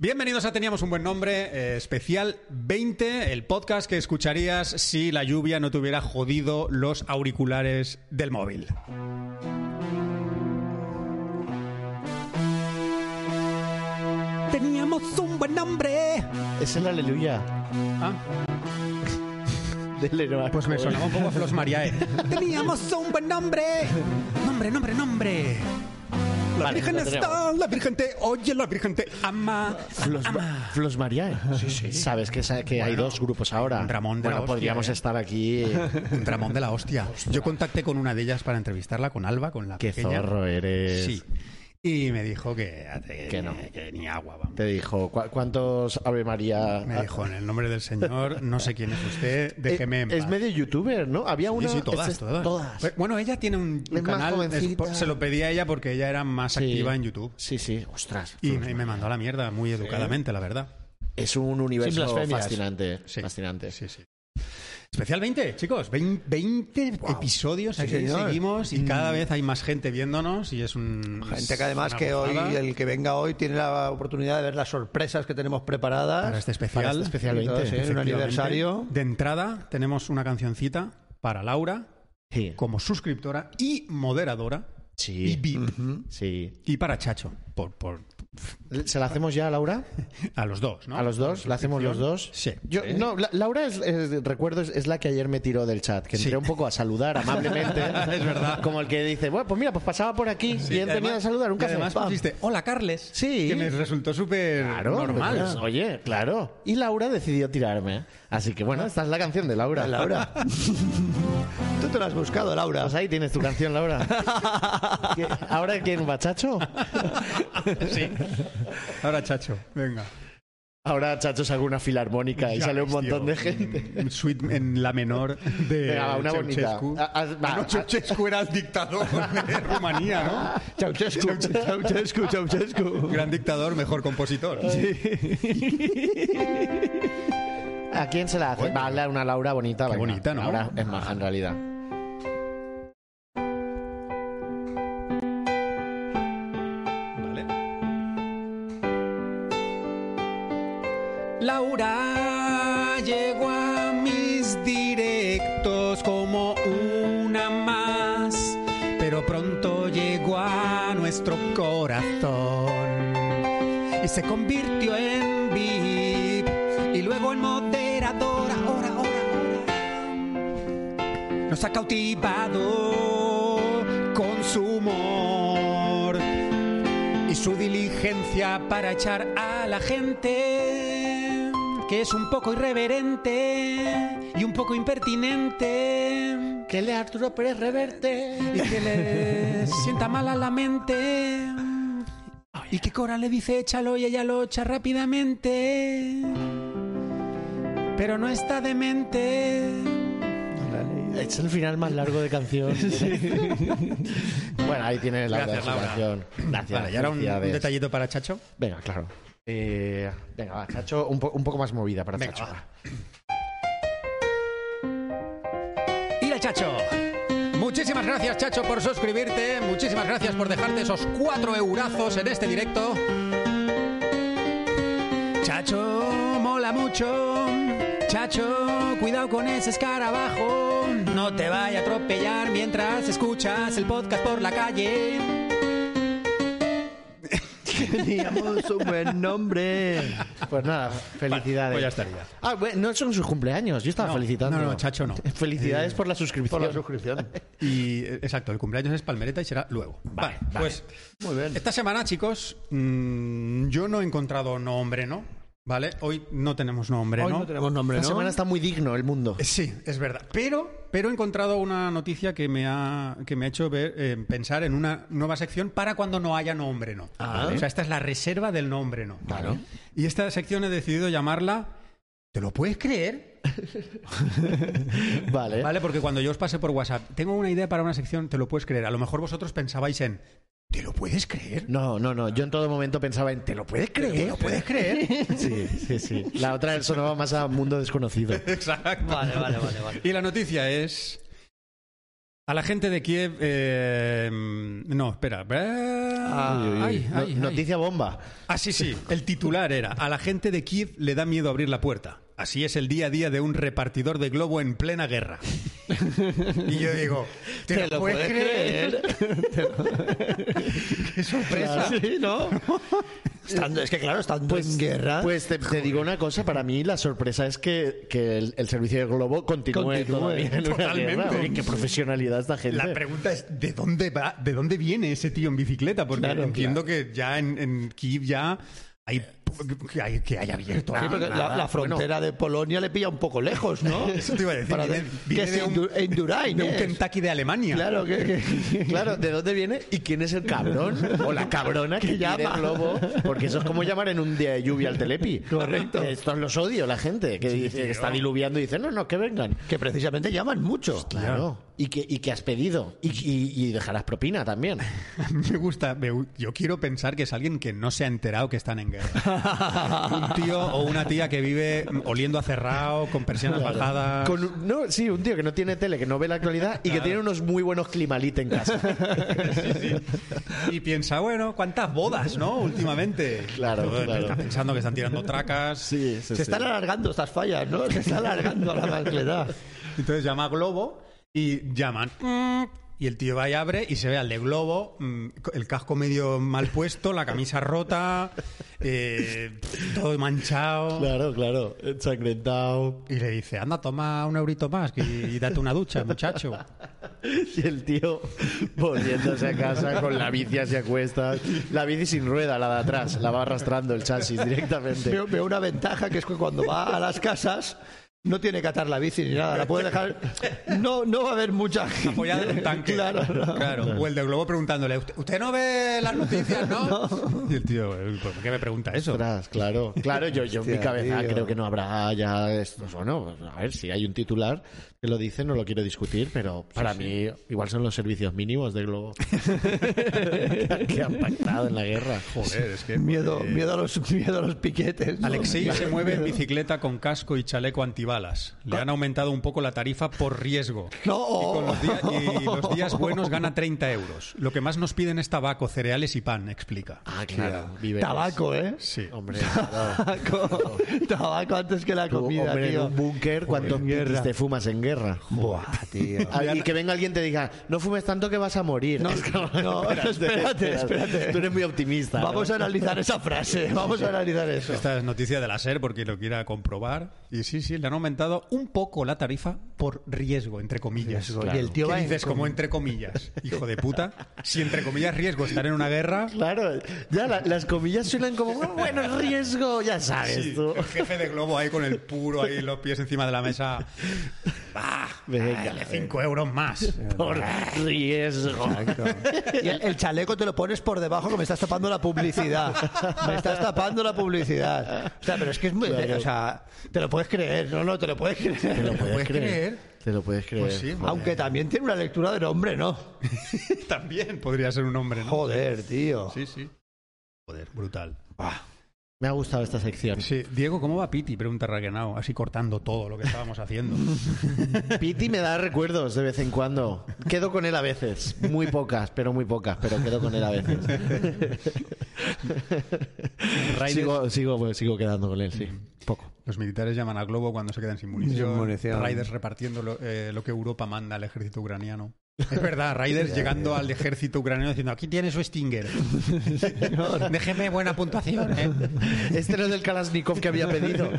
Bienvenidos a Teníamos un buen nombre, eh, especial 20, el podcast que escucharías si la lluvia no te hubiera jodido los auriculares del móvil. Teníamos un buen nombre. Es el aleluya Ah, del Leroy. pues me sonaba un poco a Flos ¿eh? Mariae. Teníamos un buen nombre. Nombre, nombre, nombre. La Vale, Virgen lo tenemos. está, la Virgen te oye, la Virgen te ama. Flos, ama. Flos Mariae. Sí, sí. Sabes que, sa- que hay dos grupos ahora. Ramón de la bueno, hostia, podríamos eh. estar aquí. Un dramón de la hostia. Yo contacté con una de ellas para entrevistarla, con Alba, con la Qué pequeña. zorro eres. Sí. Y me dijo que, Que no. que ni agua, vamos. Te dijo, "¿Cu- ¿cuántos Ave María? Me dijo, en el nombre del Señor, no sé quién es usted, déjeme en Ah. Es, es paz". medio youtuber, ¿no? Había Sí, una. sí, todas, es- es- todas. Pero, Bueno, ella tiene un, un Es más canal, es jovencita. por- se lo pedí a ella porque ella era más Sí. activa en YouTube. Sí, sí, ostras. Y Flos me, me mandó a la mierda, muy educadamente, la verdad. Es un Sin universo blasfemias. fascinante. Sí. Fascinante. Sí, sí. Especial 20, chicos. vein- 20 episodios. aquí señor. seguimos Mm. y cada vez hay más gente viéndonos y es un. Gente es que Pues además una que hoy, gozada. el que venga hoy, tiene la oportunidad de ver las sorpresas que tenemos preparadas. Para este especial. Para este especial Y todo, 20, sí, un Efectivamente. aniversario. De entrada, tenemos una cancioncita para Laura Sí. como suscriptora y moderadora. Y Sí. VIP. sí. Y para Chacho, por, por, ¿Se la hacemos ya, Laura? a los dos, ¿no? ¿A los dos? ¿La hacemos los dos? Sí. Yo, No, la- Laura, es, es- recuerdo, es, es la que ayer me tiró del chat, que entré Sí. un poco a saludar amablemente. Es verdad. Como el que dice, bueno, pues mira, pues pasaba por aquí Sí, y he venido a además- saludar un y café. Además Pam. pusiste, hola Carles. Sí. Que me resultó súper Claro, normal. pues, oye, claro. Y Laura decidió tirarme. Así que bueno, esta es la canción de Laura. Laura. Tú te lo has buscado, Laura. Pues ahí tienes tu canción, Laura. ¿Qué- ¿Ahora quién va, Chacho? Sí. Ahora Chacho, venga. Ahora Chacho saca una filarmónica y Ya sale un ves, montón tío, de gente. un suite en la menor de Venga, va, una bonita. Ceausescu. Ah, ah, va, Ah, no, ah. Ceausescu era el dictador de Rumanía, ¿no? Ceausescu, Ceausescu, Ceausescu. Gran dictador, mejor compositor. ¿A quién se la hace? Bueno. Va, hazle una Laura bonita. Qué venga. bonita, ¿no? Laura es maja en realidad. Vale. Laura llegó a mis directos como una más, pero pronto llegó a nuestro corazón y se convirtió en VIP y luego en moderadora. Ahora, ahora, ahora. Nos ha cautivado con su humor y su diligencia para echar a la gente que es un poco irreverente y un poco impertinente Que le Arturo Pérez Reverte. y que le sienta mal a la mente y que Cora le dice échalo y ella lo echa rápidamente pero no está demente Es el final más largo de canción. bueno, ahí tiene Laura Gracias, su Laura. canción. Gracias. Vale, y ahora un, un felicidades. detallito para Chacho. Venga, claro. Eh, venga, va, Chacho, un, po- un poco más movida para Venga, Chacho. va. ¡Ira, Chacho! Muchísimas gracias, Chacho, por suscribirte. Muchísimas gracias por dejarte esos cuatro eurazos en este directo. Chacho, mola mucho. Chacho, cuidado con ese escarabajo. No te vaya a atropellar mientras escuchas el podcast por la calle. Teníamos un buen nombre. Pues nada, felicidades. pues ya estaría. Ah, bueno, no son sus cumpleaños. Yo estaba No, felicitando. no, no, Chacho no. Eh, Felicidades por la suscripción. Por la suscripción. Y eh, exacto, el cumpleaños es Palmereta y será luego. Vale, pues Muy bien. esta semana, chicos, mm, yo no he encontrado nombre, ¿no? ¿Vale? Hoy no tenemos nombre, Hoy ¿no? no tenemos nombre, Esta ¿no? semana está muy digno el mundo. Eh, Sí, es verdad. Pero, pero he encontrado una noticia que me ha, que me ha hecho ver, eh, pensar en una nueva sección para cuando no haya nombre no. Ah. O sea, esta es la reserva del nombre no. Claro. Y esta sección he decidido llamarla ¿Te lo puedes creer? Vale. ¿Vale? Porque cuando yo os pasé por WhatsApp, tengo una idea para una sección, ¿te lo puedes creer? A lo mejor vosotros pensabais en ¿Te lo puedes creer? No, no, no. Yo en todo momento pensaba en, ¿te lo puedes creer? ¿Te lo puedes creer? Sí, sí, sí. La otra sonaba más a mundo desconocido. Exacto. Vale, vale, vale, vale. Y la noticia es. A la gente de Kiev. eh, no, espera. Ah, Uy, uy, uy. No- Noticia bomba. Ah, sí, sí. El titular era: A la gente de Kiev le da miedo abrir la puerta. Así es el día a día de un repartidor de globo en plena guerra. Y yo digo: ¿Te, lo, puedes creer? ¡Qué sorpresa! Sí, ¿no? Pues Estando- es que claro, estando en guerra. Pues te, te digo una cosa, para mí la sorpresa es que, que el, el servicio de Globo continúe, Continúe, todavía en una totalmente. guerra. Oye, qué profesionalidad esta gente. La pregunta es ¿de dónde va, de dónde viene ese tío en bicicleta? Porque Claro, entiendo que ya en, en Kiev ya hay que hay, que hay abierto. Sí, algo. porque la, la frontera de Polonia le pilla un poco lejos, ¿no? Eso te iba a decir. Para viene, de- viene que de, se un, endu- endurain, de un ¿eh? Kentucky de Alemania. Claro que, que- Claro, ¿de dónde viene y quién es el cabrón o la cabrona que llama llama. Globo? Porque eso es como llamar en un día de lluvia al Telepi. Correcto. Estos los odio, la gente que, dice, que está diluviando y dice, no, no, que vengan. que precisamente llaman mucho. Claro. Y que, y que has pedido. Y, y- y dejarás propina también. Me gusta. me gu- yo quiero pensar que es alguien que no se ha enterado que están en guerra. un tío o una tía que vive oliendo a cerrado, con persianas bajadas. Con un- no, sí, un tío que no tiene tele, que no ve la actualidad y que tiene unos muy buenos climalit en casa. Sí, sí. Y piensa, bueno, ¿cuántas bodas, no? Últimamente. Claro, Pero, claro. Está pensando que están tirando tracas. Sí, sí, Se sí. están alargando estas fallas, ¿no? Se está alargando la banqueta. Entonces llama a Globo y llaman. "Mm", Y el tío va y abre y se ve al de Globo, mm, co- el casco medio mal puesto, la camisa rota, eh, todo manchado. Claro, claro. Ensangrentado. Y le dice, anda, toma un eurito más que- y date una ducha, muchacho. Y el tío volviéndose a casa con la bici hacia cuestas. La bici sin rueda, la de atrás. La va arrastrando el chasis directamente. Veo, veo una ventaja que es que cuando va a las casas no tiene que atar la bici ni nada, la puede dejar. No, no va a haber mucha gente. Apoyado en un tanque. Claro, no. Claro. O el de Globo preguntándole, "¿Usted- ¿usted no ve las noticias, no? Y el tío, "Eh, ¿por qué me pregunta eso? Ostras, claro. Claro, yo, yo en mi Hostia, cabeza tío. creo que no habrá ya esto. Bueno, a ver, si hay un titular que lo dice, no lo quiero discutir, pero para mí igual son los servicios mínimos de Globo que han pactado en la guerra. Joder, es pues, que... Miedo, eh, miedo, a los, miedo a los piquetes. ¿no? Alexei se mueve en bicicleta con casco y chaleco antibalas. Le han aumentado un poco la tarifa por riesgo. Y, No. con los días, y los días buenos gana 30 euros. Lo que más nos piden es tabaco, cereales y pan, explica. Ah, claro. víveres. Tabaco, ¿eh? Sí. Hombre, claro. Tabaco, tabaco antes que la Tú, comida, hombre, tío. en un búnker, ¿cuántos en piquis guerra. te fumas en guerra? Buah, tío. Ah, Y que venga alguien y te diga, no fumes tanto que vas a morir. No, Es como- no, espérate, espérate. Tú eres muy optimista. ¿no? Vamos a analizar esa frase, vamos a analizar eso. Esta es noticia de la SER porque lo quiera comprobar. Y sí, sí, le han aumentado un poco la tarifa por riesgo, entre comillas. Riesgo. Claro. Y el tío ¿Qué va en dices com- como entre comillas? Hijo de puta. Si entre comillas riesgo estar en una guerra... Claro, ya la- las comillas suenan como, "Bueno, bueno, riesgo, ya sabes sí, tú. el jefe de globo ahí con el puro ahí los pies encima de la mesa. Bah, Venga, dale cinco euros Eh, más. Por riesgo. Y el el chaleco te lo pones por debajo que me estás tapando la publicidad. Me estás tapando la publicidad. O sea, pero es que es muy... Claro. O sea, te lo puedes creer, no, no, te lo puedes Te creer. lo puedes puedes creer? creer? Te lo puedes creer. Pues sí, Aunque también tiene una lectura de nombre, ¿no? También podría ser un hombre, ¿no? Joder, tío. Sí, sí. Joder, brutal. Me ha gustado esta sección. Sí, Diego, ¿cómo va Piti? Pregunta Raquenao, así cortando todo lo que estábamos haciendo. Piti me da recuerdos de vez en cuando. Quedo con él a veces. Muy pocas, pero muy pocas, pero quedo con él a veces. Raiders- Sigo, sigo, sigo quedando con él, sí. Poco. Los militares llaman a Globo cuando se quedan sin munición. Sin munición. Raiders repartiendo lo, eh, lo que Europa manda al ejército ucraniano. Es verdad, Raiders llegando al ejército ucraniano diciendo, aquí tiene su Stinger. Déjeme buena puntuación, ¿eh?". Este no es el Kalashnikov que había pedido.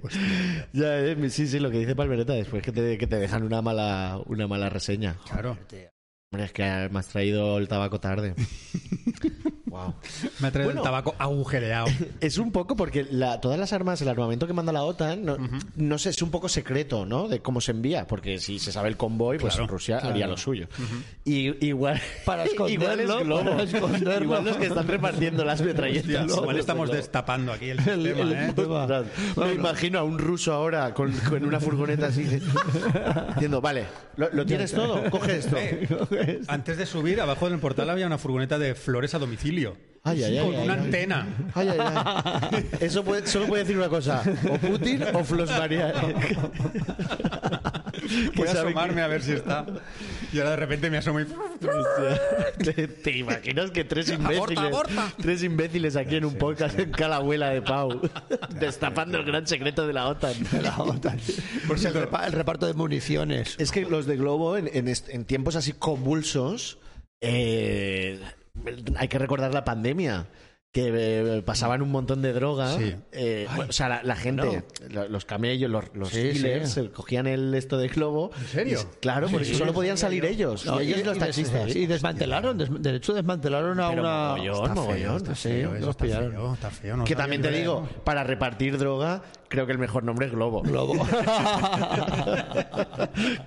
Pues, ya, eh, sí, sí, lo que dice Palmereta después que te, que te dejan una mala, una mala reseña. Claro. Hombre, es que me has traído el tabaco tarde. Guau, Guau. Me ha traído Bueno. el tabaco agujereado. Es un poco porque la- todas las armas, el armamento que manda la OTAN, no, no sé, es un poco secreto, ¿no? De cómo se envía, porque si se sabe el convoy, pues Claro, Rusia haría lo suyo. Y igual Para igual es esconderlo, globo. para esconderlo. Igual los que están repartiendo las metralletas. Igual estamos destapando aquí el El- sistema, el- ¿eh? ostras, Me imagino a un ruso ahora con, con una furgoneta así. Diciendo, vale, lo, lo tienes todo, coge esto. Antes de subir, abajo del portal había una furgoneta de flores a domicilio. Ay, ay, ay, con ay, una ay. antena. Ay, ay, ay. Eso puede- solo puede decir una cosa: o Putin o Flos María. Voy a sabe asomarme a ver si está. Y ahora de repente me asomo y... ¿Te, te imaginas que tres imbéciles, aborta. tres imbéciles aquí en un podcast en Calabuela de Pau, destapando el gran secreto de la OTAN? La OTAN. Por el, cierto, repa- el reparto de municiones. Es que los de Globo, en, en est- en tiempos así convulsos, eh, hay que recordar la pandemia. Que eh, pasaban un montón de droga. Sí. eh, o sea, la, la gente, lo- los camellos, los, los Sí, dealers, sí. eh, cogían el esto de globo. ¿En serio? claro, porque solo podían salir ellos. No, y ellos los des- taxistas. y desmantelaron, des- de hecho desmantelaron a Pero una... mogollón, Está feo, mogollón, está está feo, feo, los Eso está pillaron. feo, está feo. no que sabía también te yo de- digo, para repartir droga, creo que el mejor nombre es Globo. Globo.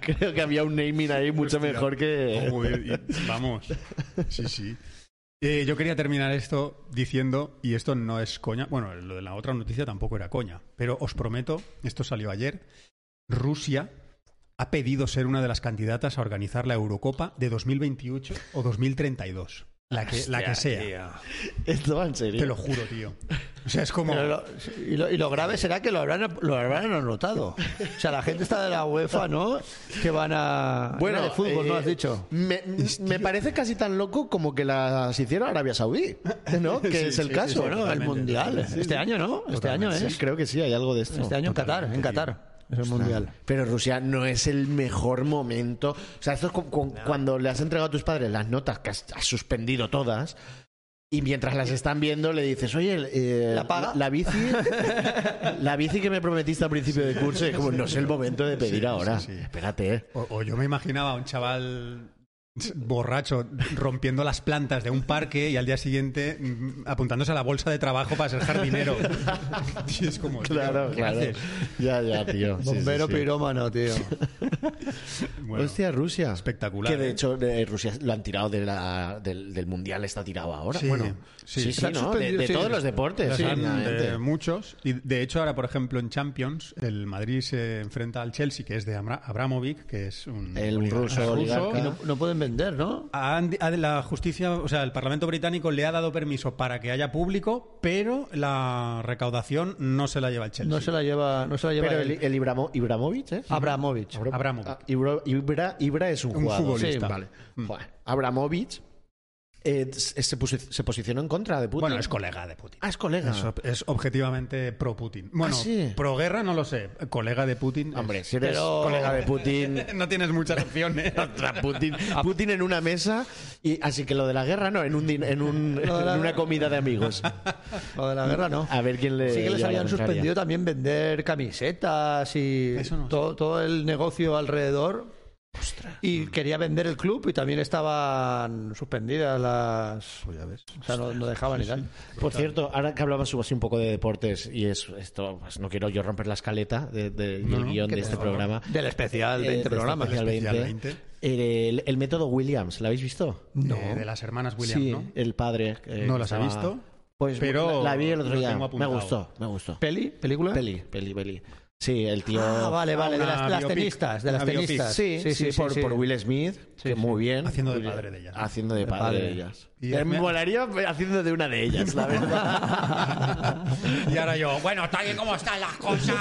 creo que había un naming ahí mucho Hostia. mejor que. Joder, y- vamos. Sí, sí. Eh, yo quería terminar esto diciendo, y esto no es coña, bueno, lo de la otra noticia tampoco era coña, pero os prometo, esto salió ayer, Rusia ha pedido ser una de las candidatas a organizar la Eurocopa de 2028 o 2032. La que, la que sea. Esto va en serio. Te lo juro, tío. O sea, es como... Pero lo- y, lo, y lo grave será que lo habrán, lo habrán anotado. O sea, la gente está de la UEFA, ¿no? Que van a... era de fútbol, eh, ¿no? Has dicho. Me, me parece casi tan loco como que las hiciera Arabia Saudí, ¿no? Que Sí, es el sí, caso. sí, Bueno, el totalmente, Mundial. totalmente. Este año, ¿no? Este año Totalmente, es. Sí, creo que sí, hay algo de esto. Este año en Qatar, en Totalmente, Qatar. Es el Mundial. Pero Rusia no es el mejor momento. O sea, esto es cu- cu- cuando le has entregado a tus padres las notas que has, has suspendido todas. Y mientras las están viendo le dices, oye, eh, ¿La paga? bici, la bici que me prometiste al principio de curso, es como, no es el momento de pedir Sí, ahora. sí, sí. Espérate, eh. O, o yo me imaginaba a un chaval borracho rompiendo las plantas de un parque y al día siguiente mm, apuntándose a la bolsa de trabajo para ser jardinero. Y es como, tío, Claro, ¿qué claro. haces? Ya, ya, tío. Sí, sí, Bombero sí. pirómano, tío. Bueno, Hostia, Rusia. espectacular, Que de ¿eh? hecho eh, Rusia lo han tirado de la- del, del mundial, está tirado ahora. Sí, bueno, sí. sí, sí, Se han ¿no? De, suspendido, de sí. eh, todos los deportes. las sí, han realmente. de muchos. Y de hecho, ahora, por ejemplo, en Champions, el Madrid se enfrenta al Chelsea, que es de Amra- Abramovic, que es un El oligar- ruso oligarca. Y no, no pueden vender, ¿no? Han- a- la justicia, o sea, el Parlamento británico le ha dado permiso para que haya público, pero la recaudación no se la lleva el Chelsea. No se la lleva, no se la lleva Pero el, el, Ah, el Ibramo- Ibramovic, ¿eh? Abramovich. Abra- Abramovic. Ah, Ibra, Ibra- Ibra es un, Un jugador. futbolista. Sí, vale. Mm. Joder. Abramovich eh, s- se, pusi- se posicionó en contra de Putin. Bueno, es colega de Putin. Ah, es colega. Es, ob- es objetivamente pro Putin. Ah, Bueno, sí. pro guerra no lo sé. Colega de Putin. es- Hombre, si eres Pero- colega de Putin... no tienes muchas opciones. contra Putin, Ah. Putin en una mesa y así que lo de la guerra no en un din- en, un- Lo de la- en una comida de amigos Lo de la guerra, ¿no? a ver quién le Sí que lleva les la habían contraria. suspendido también vender camisetas y Eso no sé. todo, todo el negocio alrededor. Y quería vender el club y también estaban suspendidas las... O sea, no, no dejaban y tal. Por cierto, ahora que hablabas así un poco de deportes y es esto, pues no quiero yo romper la escaleta de, de- del No, no, guión que de este no. programa. Del especial Eh, 20 de este programas. especial Especial 20. El, el método Williams, ¿la habéis visto? No. Eh, de las hermanas Williams, sí, ¿no? el padre. eh, No que las he estaba- visto, Pues pero la, la vi el otro lo día. tengo Me apuntado. gustó, me gustó. ¿Peli? ¿Película? Peli, peli, peli. Sí, el tío. Ah, vale, vale. De Una las, de las biopic. tenistas. De las Una biopic. tenistas. Sí, sí, por, por Will Smith, que muy bien. Haciendo de Will- padre de ellas, ¿no? Haciendo de De padre, de padre. ellas. Y Eh, es- me molaría haciendo de una de ellas, la verdad. Y ahora yo, bueno, tal y como están las cosas,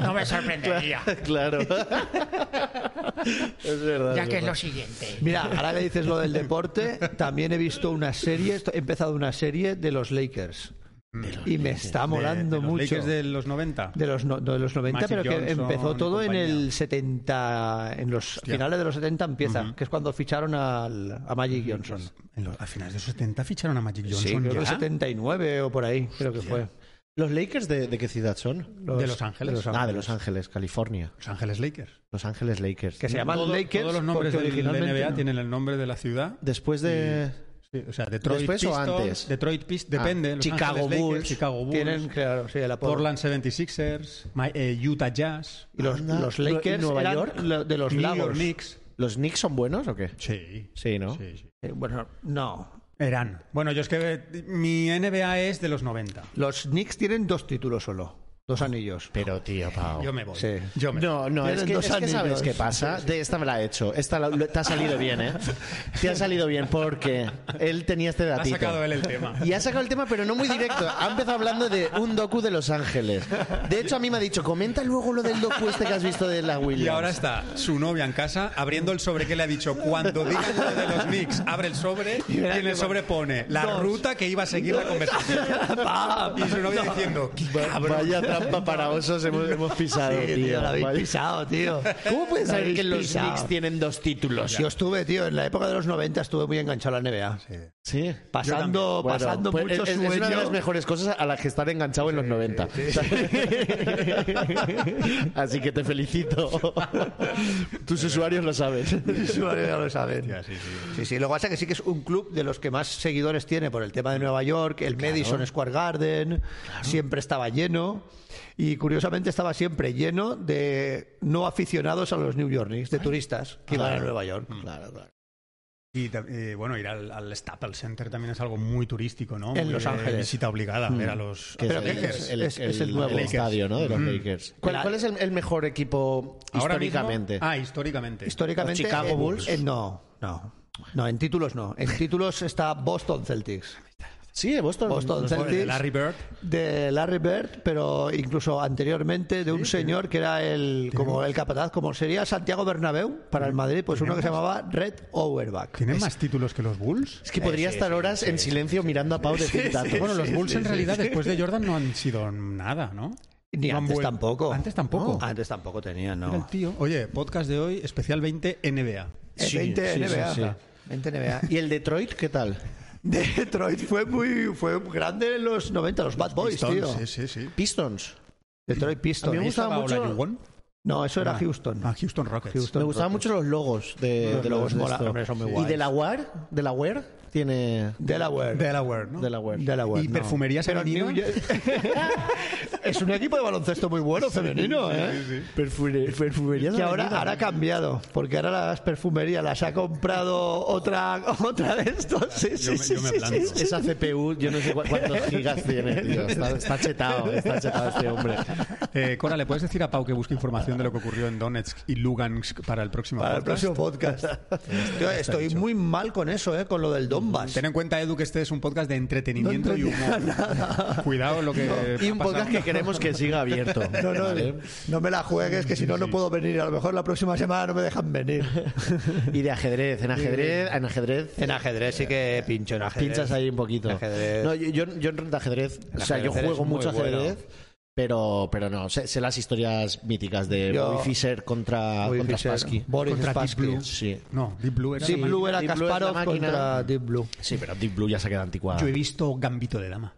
no me sorprendería. claro. es verdad. es verdad. siguiente. Mira, ahora que dices lo del deporte, también he visto una serie, esto- he empezado una serie de los Lakers. y me está molando de, de los mucho. Lakers de los 90. De los, no- de los 90, Magic pero que Johnson empezó y todo en compañía. el 70, en los finales de los 70 empieza, que es cuando ficharon al, a Magic Johnson. En los- a finales de los 70 ficharon a Magic Johnson. sí, creo que el ¿ya? 79 o por ahí, creo que fue. ¿Los Lakers de, de qué ciudad son? de Los Ángeles. de Los Ah, Ángeles. de Los Ángeles, California. Los Ángeles Lakers. Los Ángeles Lakers. Que se llaman Todo- Lakers Todos los nombres porque del- de la originalmente NBA no. tienen el nombre de la ciudad Después de. Sí, o sea, Detroit ¿Después o Pistons, antes? Detroit Pistons, depende. Los Ah, Chicago Ángeles Lakers, Bulls, Chicago Bulls, Tienen, claro, sí, el apodo. Portland 76ers, Mi- eh, Utah Jazz, Y los, Anda. los ¿Y Lakers Nueva eran York? lo- de los New York lagos. Knicks. ¿Los Knicks son buenos o qué? Sí, Sí, ¿no? sí, sí. Eh, bueno, no. Eran. Bueno, yo es que eh, mi NBA es de los 90. Los Knicks tienen dos títulos solo, dos anillos. Pero tío, Pau. Yo me voy. Sí. Yo me No, no, es Tienen que, dos es que sabes anillos. qué pasa. De esta me la he hecho. Esta la- lo- te ha salido bien, ¿eh? Te ha salido bien porque él tenía este Ha datito. sacado él el tema. Y ha sacado el tema, pero no muy directo. Ha empezado hablando de un docu de Los Ángeles. De hecho, a mí me ha dicho, comenta luego lo del docu este que has visto de la Williams. Y ahora está su novia en casa abriendo el sobre que le ha dicho cuando digan lo de los Knicks, abre el sobre y en el sobre pone la ruta que iba a seguir la conversación. Y su novia diciendo, "Qué Va- cabrón". Vaya trampa para osos hemos, hemos pisado, Sí, tío. tío, lo habéis Vaya- pisado, tío. ¿Cómo puedes Lo saber habéis que los pisado. Knicks tienen dos títulos? Yo estuve, tío, en la época de los 90 estuve muy enganchado a la NBA. Sí. Pasando, Bueno, pasando pues mucho es, es sueño. una de las mejores cosas a las que estar enganchado en los 90. Así que te felicito. Tus usuarios lo saben. Usuarios ya lo saben. sí, sí. Sí, sí, lo que pasa es que sí que es un club de los que más seguidores tiene por el tema de Nueva York, el Madison Square Garden, siempre estaba lleno y curiosamente estaba siempre lleno de no aficionados a los New York Knicks, de turistas que iban Claro. a Mm. Nueva York. Claro, claro. Y ta- eh, bueno, ir al, al Staples Center también es algo muy turístico, ¿no? En Muy Los de Ángeles. Mm. Visita obligada, ver a los Que a los Pero es, que Lakers. es- el, es- es el el- nuevo. el estadio ¿no? de los Mm. Lakers. ¿Cuál, La- cuál es el, el mejor equipo Ahora mismo- históricamente? ah, históricamente. Históricamente ¿Los Chicago en- Bulls? en- no, no. No, en títulos no. En títulos está Boston Celtics. sí, Boston. Boston Los- Bueno, Celtics. Larry Bird. de Larry Bird, pero incluso anteriormente de un señor que era el como el capataz, como sería Santiago Bernabéu para el Madrid, pues uno que se llamaba Red Auerbach. ¿Tienen más títulos que los Bulls? Es que podría estar horas en silencio mirando a Pau de Bueno, los Bulls en realidad después de Jordan no han sido nada, ¿no? Ni No han antes vuel- tampoco. Antes tampoco. No, antes tampoco tenía, Mira el no. tío. Oye, podcast de hoy, especial 20 NBA. Eh, Sí, 20 sí, sí, NBA. sí. 20 NBA. ¿Y el Detroit qué tal? Detroit fue muy fue grande en los 90, los Bad Boys, Pistons, Sí, tío. sí, sí. Pistons. Detroit A mí me Pistons. gustaba Estaba mucho- Olajuwon. No, eso era Ah, Houston. Ah, Houston Rockets. Houston Me gustaban mucho los logos de, Los de logos los de mola, esto. hombre, son muy Y guays. Delaware, Delaware tiene Delaware. Delaware, ¿no? Delaware. Delaware, Y no. perfumería Pero femenina. New York- es un equipo de baloncesto muy bueno femenino, ¿eh? Perfure- perfumería Que de ahora, avenida. ahora ha cambiado, porque ahora las perfumerías las ha comprado otra, otra de estos. Sí, Yo sí, me- sí, yo me sí, planto. sí, sí. esa CPU, yo no sé cu- cuántos gigas tiene, tío. Está, está chetado, está chetado este hombre. Eh, Cora, ¿le puedes decir a Pau que busque información de lo que ocurrió en Donetsk y Lugansk para el próximo Para el podcast? próximo podcast. Yo estoy muy mal con eso, ¿eh? con lo del Donbass. Ten en cuenta, Edu, que este es un podcast de entretenimiento No y humor. Cuidado lo que. Y un ha pasado. podcast que queremos que siga abierto. Eh, No, no, ¿vale? no me la juegues, que si no, no puedo venir. A lo mejor la próxima semana no me dejan venir. Y de ajedrez, en ajedrez, en ajedrez. En ajedrez sí que pincho en ajedrez. Pinchas ahí un poquito. Ajedrez. No, yo, yo, yo en de ajedrez, o sea, yo ajedrez juego es muy mucho bueno. ajedrez, pero, pero no, sé, sé las historias míticas de Yo- Bobby Fischer contra, Bobby contra Fischer, Spassky. Boris Contra Deep Spassky. Blue. Sí. No, Deep Blue era. Deep la máquina. Blue Deep Blue era es la Kasparov máquina. contra Deep Blue. sí, pero Deep Blue ya se queda anticuada. Yo he visto Gambito de Dama.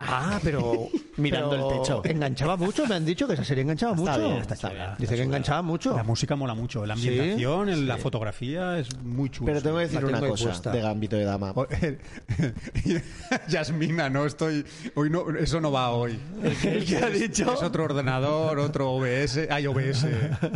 Ah, pero. Mirando pero el techo. Enganchaba mucho, me han dicho que esa serie enganchaba Está mucho. bien, está bien, está Dice que enganchaba mucho. La música mola mucho, la Oh. Sí, ambientación, el- la fotografía es muy chula. Pero tengo que decir La una tengo cosa puesta. de Gambito de Dama. Yasmina, no estoy. Hoy no, eso no va hoy. ¿El que ha dicho? Es otro ordenador, otro OBS. Hay OBS.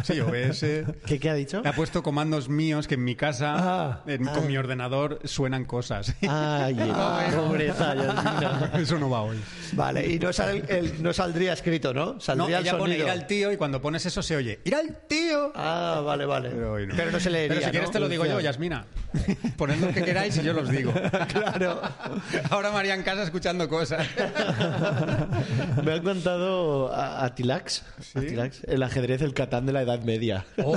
Sí, OBS. ¿Qué, qué ha dicho? Ha puesto comandos míos que en mi casa, Ah. Ah, en- con mi ordenador, suenan cosas. Ay, pobreza, Yasmina. Eso no va hoy. eh. Vale, y no, sale el- el- no saldría escrito, ¿no? No, Saldría el ella pone sonido. ir al tío y cuando pones eso se oye. Ir al tío. Ah, vale, vale. Pero hoy no. se leería. Pero si quieres ¿no? te lo digo yo, Yasmina. Poned lo que queráis y yo los digo. Claro. Ahora María en casa escuchando cosas. Ah, Me han contado a, a Tilax, a Tilax, el ajedrez, el Catán de la Edad Media. Oh,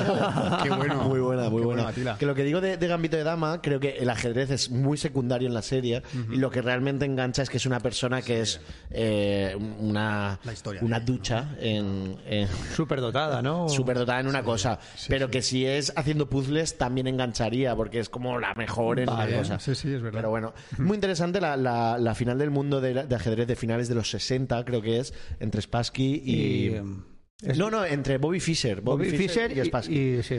qué bueno. Muy buena, muy Qué buena. bueno, Atila. que lo que digo de, de Gambito de Dama, creo que el ajedrez es muy secundario en la serie y lo que realmente engancha es que es una persona que es eh, una, La historia. Oh. una ducha en, en- Superdotada, ¿no? superdotada en una cosa, pero que si es haciendo puzzles también engancharía porque es como la mejor en Vale, una cosa. sí, sí, es verdad. Pero bueno, muy interesante la, la- la final del mundo de, de ajedrez de finales de los 60, creo que es, entre Spassky y... Y, em, es- No, no, entre Bobby Fischer, Bobby, Bobby Fischer y Spassky. y, sí.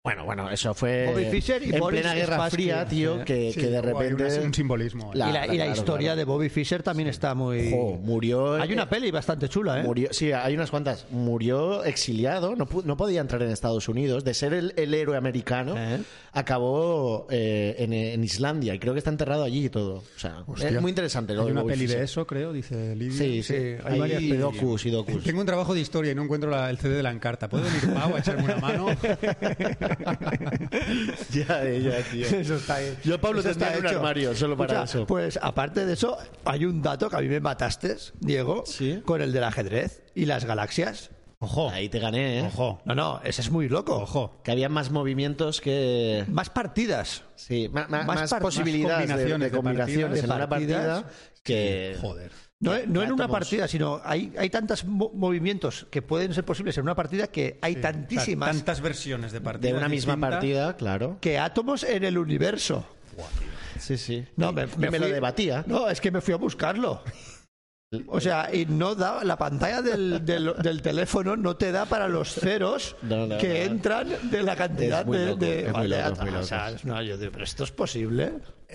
Bueno, bueno, eso fue Bobby Fischer y en Boris plena Guerra Spassky. Fría, tío, que, Sí, que de hubo ahí una- repente... un simbolismo. ¿eh? La- y la, y la claro, historia claro. de Bobby Fischer también está muy. Jo, murió... Hay una peli bastante chula, ¿eh? Murió, sí, hay unas cuantas. Murió exiliado, no, pu- no podía entrar en Estados Unidos. De ser el, el héroe americano, ¿Eh? acabó eh, en, en Islandia y creo que está enterrado allí y todo. O sea, es muy interesante. lo Hay de una Bobby peli de Fischer. eso, creo, dice Lidia. Sí, sí. hay varias Hay pelis. docus y docus. Tengo un trabajo de historia y no encuentro la- el CD de la encarta. ¿Puede venir Pau a echarme una mano? ya, eh, ya, tío. Eso está hecho. Yo, Pablo, Eso tendría está un hecho. armario solo para eso. Pues aparte de eso, hay un dato que a mí me mataste, Diego, Sí. con el del ajedrez y las galaxias. Ojo, Ahí te gané, ¿eh? ojo, No, no, ese es muy loco. ojo. Que había más movimientos que... Más partidas. Sí, ma- ma- Más más, par- más posibilidades de- de, combinaciones de combinaciones en partidas. una Partidas. partida que... Joder. No, no en una átomos. partida, sino hay, hay tantos mo- movimientos que pueden ser posibles en una partida que hay tantísimas Tantas versiones de partida. De una misma distinta. partida, claro. que átomos en el universo. Sí, sí. No, me, me lo debatía. No, es que me fui a buscarlo. O sea, y no da, la pantalla del, del- del teléfono no te da para los ceros No, no, que no. entran de la cantidad Es muy de. loco, de- es muy Vale, loco, es muy o sea, no, yo digo, pero esto es posible.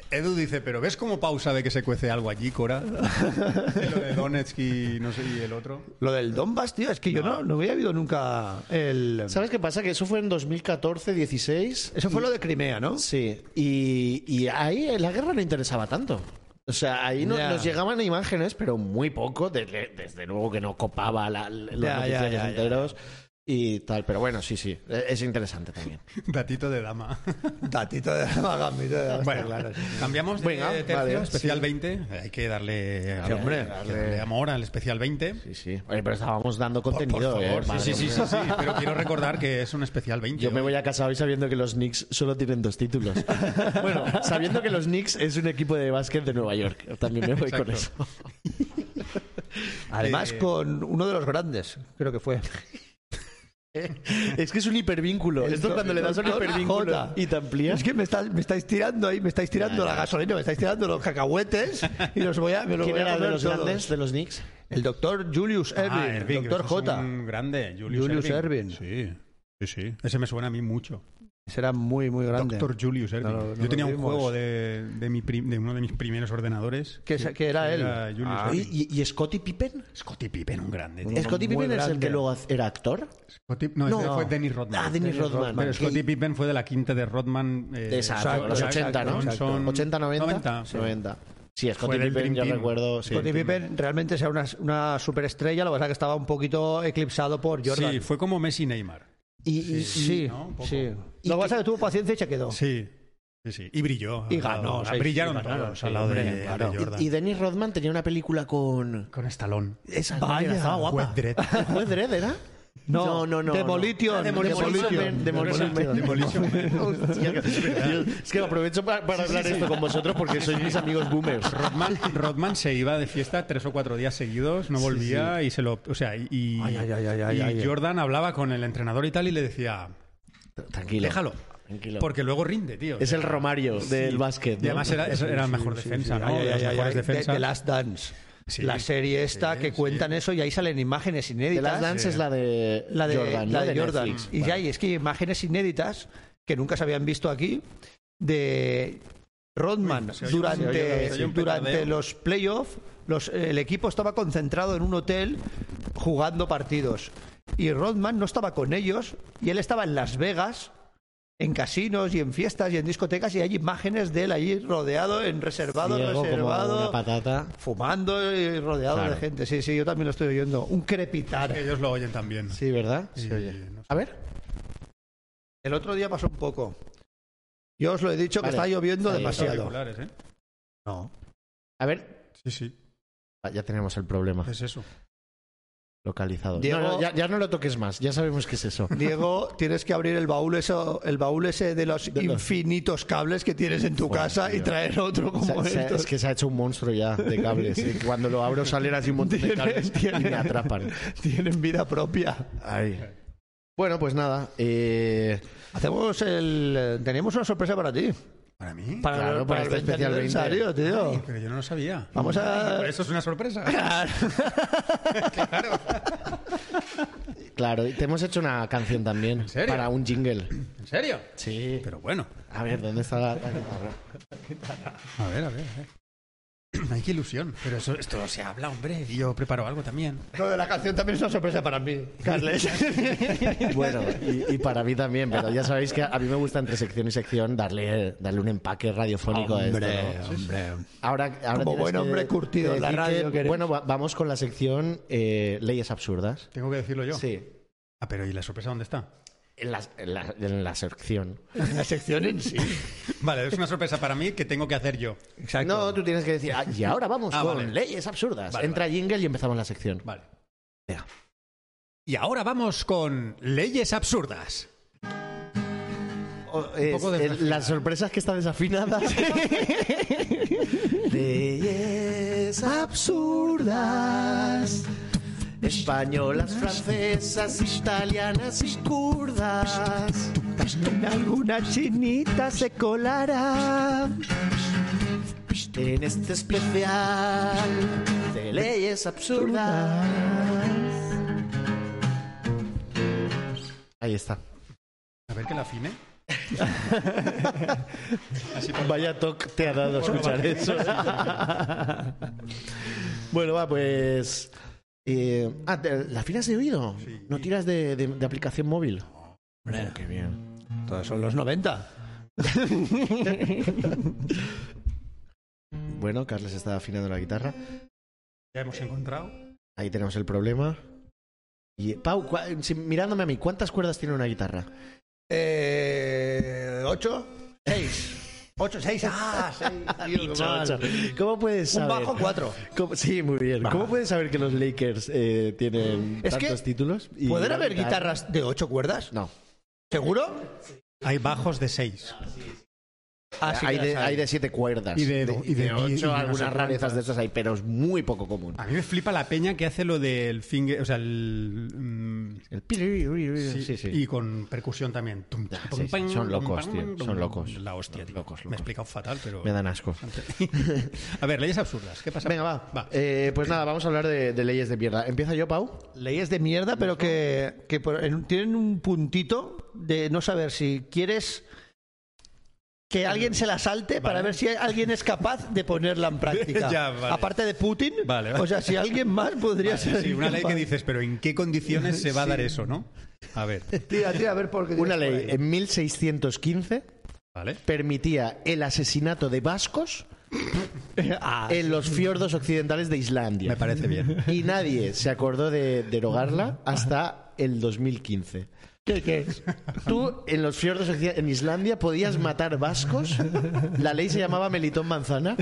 Edu dice, pero ¿ves cómo Pau sabe que se cuece algo allí, Cora? Y lo de Donetsk y no sé, y el otro. Lo del Donbass, tío, es que yo no, no había habido nunca el. ¿Sabes qué pasa? Que eso fue en 2014, 16. Eso fue lo de Crimea, ¿no? Sí. Y, y ahí la guerra no interesaba tanto. O sea, ahí no- Ya. nos llegaban imágenes, pero muy poco. Desde, desde luego que no copaba la, los Ya, ya, noticiarios ya, ya. enteros y tal. Pero bueno, sí, sí. e- Es interesante también. Datito de dama. Datito de gambito de Eh, Bueno, claro, sí. cambiamos de Venga, tercio, vale, especial 20. Hay que darle, Sí, hombre, hay que darle amor al especial 20. Sí, sí. Oye, pero estábamos dando Por, contenido. por ¿eh? favor, Madre sí, sí, sí, mía. sí, sí, pero quiero recordar que es un especial 20. Yo me hoy. voy a casa hoy sabiendo que los Knicks solo tienen dos títulos. bueno, sabiendo que los Knicks es un equipo de básquet de Nueva York. También me voy con eso. Exacto. Además, Eh, con uno de los grandes, creo que fue. Es que es un hipervínculo. Esto es cuando le das a un Con hipervínculo J. y te amplías. Es que me, estás- me estáis tirando ahí, me estáis tirando la gasolina, me estáis tirando los cacahuetes y los voy a. Me los ¿Quién voy a era de comer los todos. grandes, de los Knicks? El doctor Julius Erving, Ah, Irving, el doctor ese es J. Un grande, Julius, Julius Erving. Erving. Sí. Sí, sí. Ese me suena a mí mucho. Será muy, muy grande. Doctor Julius Erving. No, no Yo tenía lo un vimos. juego de, de, mi prim- de uno de mis primeros ordenadores. Que, sa- que era él. Era Julius Erving. ¿Y, y- y Scottie Pippen? Scottie Pippen, un grande. tío. ¿Scottie muy Pippen es el grande. que luego ha- era actor? Scottie- no, ese No. fue Dennis Rodman. Ah, Dennis Rodman. Pero Scottie Que- Pippen fue de la quinta de Rodman. eh, de esa, Exacto, los 80, ¿no? Johnson- 80, 90. 90. Sí, Fue Scottie del Pippen, Dream yo Team. recuerdo. sí. Scottie Pippen realmente sea una, una superestrella, lo que pasa es que estaba un poquito eclipsado por Jordan. Sí, fue como Messi y Neymar. Y, y- y- sí. ¿no? Un poco. sí. Lo que pasa es que tuvo paciencia y se quedó. Sí, sí, sí. Y brilló. Y al lado- ganó, ah, sí, brillaron sí, ganaron, todos sí, al lado de, hombre, de claro. y- Jordan. y Dennis Rodman tenía una película con... Con Estalón. Esa Vaya, era, estaba guapa. Juez Dredd. ¿Juez Dredd era? No, Demolition. Ah, Demolition. Demolition. Demolition. Demolition. Man. Demolition Hostia, que- Dios, Es que aprovecho pa- para, hablar esto con vosotros porque sois mis amigos boomers. Rodman, Rodman se iba de fiesta tres o cuatro días seguidos, no volvía y se lo, o sea, y, Ay, ay, ay, ay, ay, y ay. Jordan hablaba con el entrenador y tal y le decía, Tranquilo. déjalo, Tranquilo. porque luego rinde, tío. Es el Romario del básquet. Y ¿no? además era, era la mejor defensa, ¿no? Ay, ay, de las ay, ay, mejores de- defensas. de Last Dance. Sí. la serie esta Sí, que sí. cuentan eso y ahí salen imágenes The inéditas. Last Dance es la de la de Jordan. la ¿no? de Jordan. Netflix. Y ya hay, es que hay imágenes inéditas que nunca se habían visto aquí de Rodman Uy, se oye un- durante, se oye un- se oye un durante petardeo. los playoffs. Los, el equipo estaba concentrado en un hotel jugando partidos y Rodman no estaba con ellos y él estaba en Las Vegas en casinos y en fiestas y en discotecas y hay imágenes de él allí rodeado en reservado Ciego como reservado una patata. fumando y rodeado Claro. de gente sí sí yo también lo estoy oyendo un crepitar Ellos lo oyen también. Sí, ¿verdad? Sí, Se oye. no sé. A ver. El otro día pasó un poco. Yo os lo he dicho Vale. que está lloviendo Ahí está. demasiado. Auriculares, ¿eh? No. A ver. Sí, sí, Ah, Ya tenemos el problema es eso. localizado. Diego- No, no, ya, ya no lo toques más. Ya sabemos qué es eso. Diego, tienes que abrir el baúl eso, el baúl ese de los De los- infinitos cables que tienes en tu Joder, casa y tío. traer otro como Se- se- estos. es que se ha hecho un monstruo ya de cables. y Cuando lo abro salen así un montón de Tiene- cables tiene- y me atrapan. Tienen vida propia. Ay. Bueno, pues nada. eh, Hacemos el tenemos una sorpresa para ti. ¿Para mí? Para, Claro, para para este el 20 especial 20. aniversario, tío. Pero yo no lo sabía. Vamos a Pero eso es una sorpresa. Claro, y te hemos hecho una canción también. serio? Para un jingle. ¿En serio? Sí. Pero bueno. A ver, ¿dónde está la, la guitarra? A ver, a ver, a ver. Ay, qué ilusión. Pero eso, esto se habla, hombre. Y yo preparo algo también. Lo de la canción también es una sorpresa para mí, Carles. Bueno, y, y para mí también, pero ya sabéis que a mí me gusta entre sección y sección darle, darle un empaque radiofónico a esto. ¿no? hombre. Ahora, ahora Como tienes buen que- hombre curtido que en la decir radio que eres. bueno, va- vamos con la sección eh, Leyes Absurdas. Tengo que decirlo yo. Sí. Ah, pero ¿y la sorpresa dónde está? En la, en la- en la sección. La sección en sí. Vale, es una sorpresa para mí que tengo que hacer yo. Exacto. No, tú tienes que decir, "Ah, y ahora vamos Ah, con vale. Leyes Absurdas. Vale, Entra jingle y empezamos la sección. Vale. Venga. Y ahora vamos con leyes absurdas. O- es- poco el- desafinada. Oh, este, las sorpresas que está desafinada. Leyes absurdas. Españolas, francesas, italianas y kurdas. En alguna chinita se colará. En este especial de leyes absurdas. Ahí está. A ver que la afine. Vaya toque te ha dado escuchar eso. bueno, va, pues. eh, ah, te- ¿la afinas de oído? ¿No tiras de, de- de aplicación móvil? Oh, qué bien. Todos son los 90. Bueno, Carles está afinando la guitarra. Ya hemos encontrado. Ahí tenemos el problema. Y, Pau, cua- si- mirándome a mí, ¿cuántas cuerdas tiene una guitarra? Eh, ¿Ocho? Seis. ¿Ocho? ¿Seis? Ah, seis. Digo, Ocho, mal. ocho. ¿Cómo puedes Un saber? bajo, cuatro. ¿Cómo- sí, muy bien. ¿Cómo puedes saber que los Lakers eh, tienen Es que- tantos títulos? y ¿Pueden una haber guitarra? guitarras de ocho cuerdas? No. ¿Seguro? Hay bajos de seis. Ah, sí hay, que las de, hay de siete cuerdas. Y de- y de- y- y de ocho, no sé algunas rarezas cuántas. Ah, de estas hay, pero es muy poco común. A mí me flipa la peña que hace lo del finger, o sea, el mm, El piri, ri, ri, ri, sí, sí. Y con percusión también. Tum, Ah, tum, sí, sí. pam, pam, Son locos, pam, tío. pam, Son locos. La hostia, tío. Locos, Me he locos. explicado fatal, pero. Me dan asco. A ver, leyes absurdas. ¿Qué pasa? Venga, va. Eh, pues nada, vamos a hablar de, de leyes de mierda. ¿Empieza yo, Pau? Leyes de mierda, pero que, que por- en- tienen un puntito de no saber si quieres que alguien se la salte para ver si alguien es capaz de ponerla en práctica. Ya, vale. Aparte de Putin, Vale, vale. o sea, si alguien más podría ser. Sí, una ley que capaz. dices, pero ¿en qué condiciones se va a dar eso, no? A ver, Tira, tira, a ver por qué. Una tienes por ley en 1615 ¿vale? permitía el asesinato de vascos ahí. Ah, en los fiordos occidentales de Me Islandia. parece bien. Y nadie se acordó de derogarla hasta el 2015. ¿qué, qué es? Tú en los fiordos occidentales- en Islandia podías matar vascos. La ley se llamaba Melitón Manzana.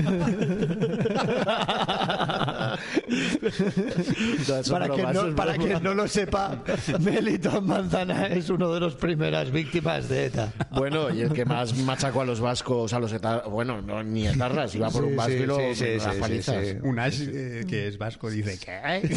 No, son Para, que bromas, no, son para bromas. quien no lo sepa, Melitón Manzana es uno de los primeras víctimas de ETA. Bueno, y el que más machacó a los vascos, a los etarras, bueno, no, ni etarras, iba por Sí, un vasco sí, y lo- sí, sí, las sí, palizas. sí, sí. Un Ash eh, que es vasco dice, ¿qué?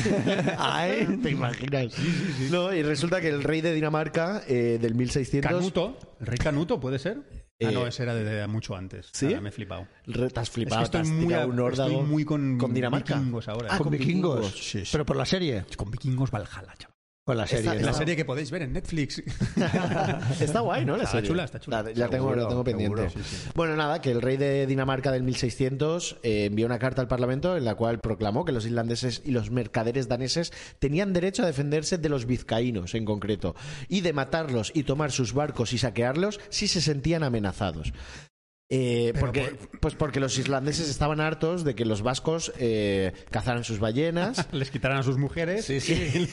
Ay, ¿Te imaginas? ¿Eh? No, y resulta que el rey de Dinamarca eh, del 1600... Canuto, el rey Canuto, ¿puede ser? ah, Eh, no, ese era de, de mucho antes. ¿sí? Ahora me he flipado. Re- te has Es que flipado, te estoy has muy, tirado a- un órdago. estoy muy con, ¿Con Dinamarca. vikingos ahora. eh. Ah, con, vikingos. Sí, sí. Pero por la serie. Con vikingos Valhalla, chaval. Con la serie. Esta- ¿no? La serie que podéis ver en Netflix. Está guay, ¿no? La Está serie. chula, está chula. La, la tengo, Seguro, la tengo pendiente. seguro, sí, sí. Bueno, nada, que el rey de Dinamarca del 1600 eh, envió una carta al Parlamento en la cual proclamó que los islandeses y los mercaderes daneses tenían derecho a defenderse de los vizcaínos en concreto y de matarlos y tomar sus barcos y saquearlos si se sentían amenazados. Eh, porque, pues porque los islandeses estaban hartos de que los vascos eh, cazaran sus ballenas Les quitaran a sus mujeres. Sí, sí.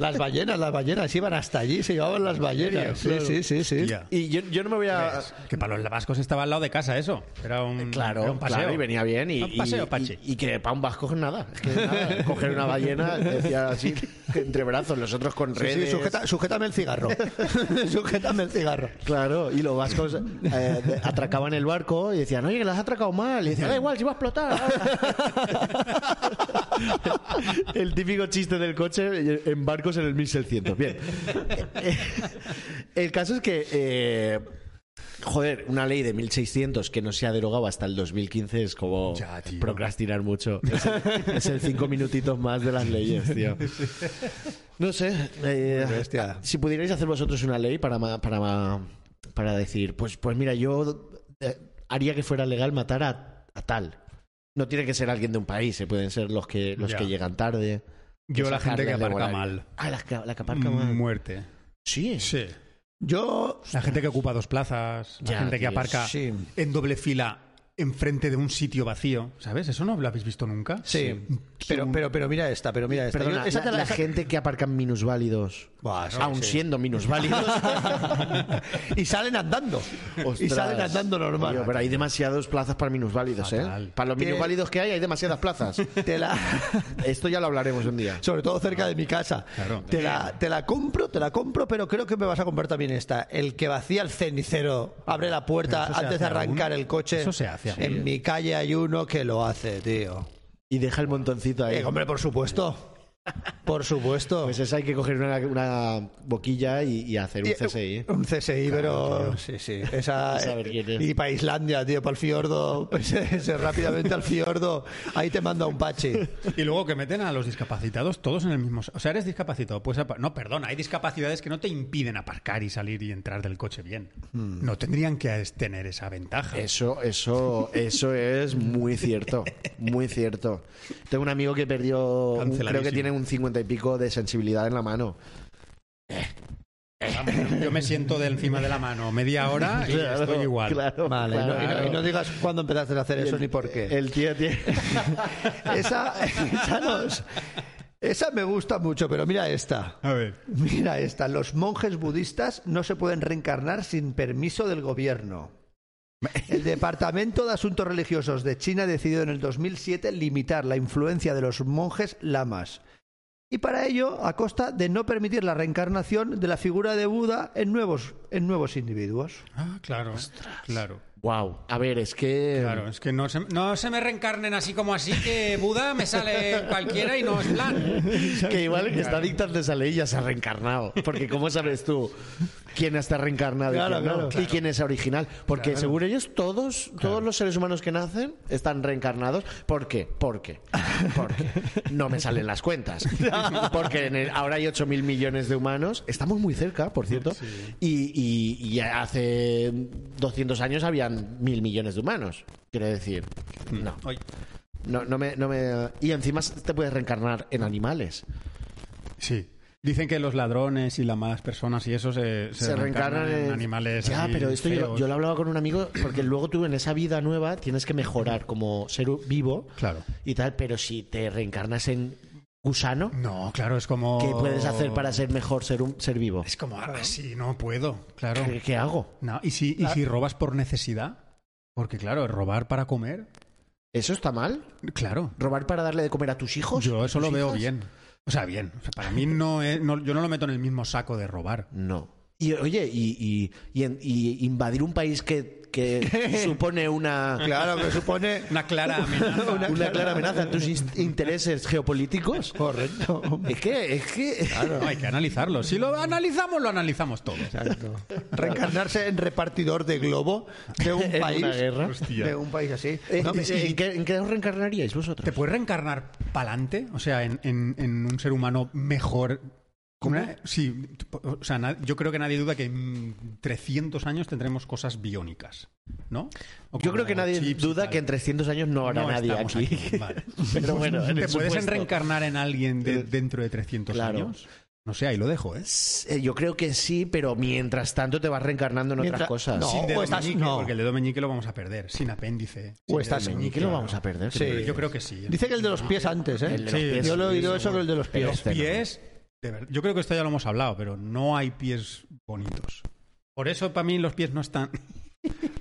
las ballenas, las ballenas iban hasta allí, se llevaban las ballenas. Sí, sí, sí, sí. Tía. y yo, yo no me voy a... Que para los vascos estaba al lado de casa eso. Era un, Eh, Claro, era un paseo. claro, y venía bien. Y, Un paseo, y- Pache. y- y que para un vasco nada. Es que nada, coger una ballena, decía así, entre brazos, los otros con Sí, sí, redes. sujeta- sujétame el cigarro. sujétame el cigarro. Claro, y los vascos eh, de- atracaban el barco y decían, oye, que las has atracado mal. Y decían, da igual, si va a explotar. el típico chiste del coche en barcos en el 1600. Bien. El caso es que... eh, Joder, una ley de 1600 que no se ha derogado hasta el 2015 es como Ya, tío. procrastinar mucho. Es el, es el cinco minutitos más de las leyes, tío. No sé. eh, Muy bestia. Si pudierais hacer vosotros una ley para, ma- para, ma- para decir, pues, pues mira, yo eh, haría que fuera legal matar a, a tal. No tiene que ser alguien de un país, eh, pueden ser los que los Ya. que llegan tarde. Yo la gente que Sacarlas de aparca horario. mal. Ah, la, que- la que aparca mal. Muerte. Sí, Sí. Yo La gente que ocupa dos plazas, la Ya, gente que tío, aparca sí. en doble fila enfrente de un sitio vacío, ¿sabes? Eso no lo habéis visto nunca. Sí, pero, pero, pero mira esta, pero mira esta. Perdona, Yo- esa la, te la- la esa- gente que aparcan minusválidos, Buah, sí, aun sí. siendo minusválidos, y salen andando. Y ostras. salen andando normal. Tío, pero hay demasiadas plazas para minusválidos, Fatal. ¿eh? Para los ¿Qué? minusválidos que hay, hay demasiadas plazas. Te la- Esto ya lo hablaremos un día. sobre todo cerca de mi casa. Claro. Te, la, te la compro, te la compro, pero creo que me vas a comprar también esta. El que vacía el cenicero, abre la Pero puerta eso se antes de hace arrancar aún. el coche. Eso se hace aún. En mi calle hay uno que lo hace, tío. Y deja el montoncito ahí. Eh, hombre, por supuesto. Por supuesto. Pues esa hay que coger una, una boquilla y, y hacer un Eh, CSI. ¿eh? Un CSI, pero. Sí, sí. Esa, A saber quién es. Y para Islandia, tío, para el fiordo. Pues, ese rápidamente al fiordo. Ahí te manda un pachi. Y luego que meten a los discapacitados todos en el mismo... O sea, eres discapacitado, pues... No, perdona, hay discapacidades que no te impiden aparcar y salir y entrar del coche bien. Hmm. No tendrían que es- tener esa ventaja. Eso, eso, eso es muy cierto, muy cierto. Tengo un amigo que perdió, un- creo que Canceladísimo. tiene un cincuenta y pico de sensibilidad en la mano. Vamos, yo me siento de encima de la mano media hora y Claro, estoy igual. claro, Vale, y no- y, no, claro. y no digas cuándo empezaste a hacer eso ni por qué. El tío tiene. Esa, esa nos- Esa me gusta mucho, pero mira esta. A ver. Mira esta. Los monjes budistas no se pueden reencarnar sin permiso del gobierno. El Departamento de Asuntos Religiosos de China decidió en el 2007 limitar la influencia de los monjes lamas. Y para ello, a costa de no permitir la reencarnación de la figura de Buda en nuevos, en nuevos individuos. Ah, claro. Claro. Wow. A ver, es que. Claro, es que no se, no se me reencarnen así como así que Buda me sale cualquiera y no es plan. Que igual el que está dictando esa ley ya se ha reencarnado. Porque ¿cómo sabes tú quién está reencarnado Claro, y, quién no? claro. Y quién es original? Porque según ellos todos, todos los seres humanos que nacen están reencarnados. ¿Por qué? Porque, porque no me salen las cuentas. Porque en el- ahora hay 8 mil millones de humanos. Estamos muy cerca, por cierto. Y, y- y hace 200 años habían mil millones de humanos. Quiero decir, Mm. no. Ay, No, no me, no me... Y encima te puedes reencarnar en animales. Sí. Dicen que los ladrones y las malas personas y eso se, se se reencarnan en animales. Ya, así pero esto yo, feos. yo lo hablaba con un amigo porque luego tú en esa vida nueva tienes que mejorar como ser vivo Claro. y tal, pero si te reencarnas en gusano, No, claro, es como. ¿qué puedes hacer para ser mejor ser un ser vivo? Es como ah, así, no puedo, claro. ¿Qué, qué hago? No, ¿y, si, ¿Y si robas por necesidad? Porque, claro, robar para comer. ¿Eso está mal? Claro. ¿Robar para darle de comer a tus hijos? Yo eso ¿Tus lo veo hijas? bien. O sea, bien. O sea, para mí no es. no- yo no lo meto en el mismo saco de robar. No. Y oye, y, y- y en- y invadir un país que, que supone una... Claro, que supone Una clara amenaza. Una, clara amenaza a tus in- intereses geopolíticos. Correcto. Es que, es que. No, hay que analizarlo. Si lo analizamos, lo analizamos todo. Reencarnarse en repartidor de globo de un En país. una guerra. De un país así. Eh, No, eh, y- ¿en, qué, en qué os reencarnaríais ¿Te vosotros? puedes reencarnar pa'lante? O sea, en, en- en un ser humano mejor. ¿Cómo? Sí, t- o sea, na- yo creo que nadie duda que en 300 años tendremos cosas biónicas, ¿no? O Yo como creo que nadie chips y duda tal. que en 300 años no habrá No nadie estamos aquí. Vale. Pero bueno, en ¿Te el puedes supuesto. reencarnar en alguien de- dentro de 300 Claro. años? No sé, ahí lo dejo, ¿eh? Eh, Yo creo que sí, pero mientras tanto te vas reencarnando en Mientras- otras cosas. no. Sin dedo o estás- meñique, no. porque el dedo meñique lo vamos a perder. Sin apéndice. O estás- Ni que lo vamos a perder. Sí. creo. perder. Yo creo que sí. Dice que el de los pies antes, ¿eh? El de los Sí, pies. Yo lo he oído eso que el de los Pero pies. los pies, de verdad, yo creo que esto ya lo hemos hablado, pero no hay pies bonitos. Por eso para mí los pies no están.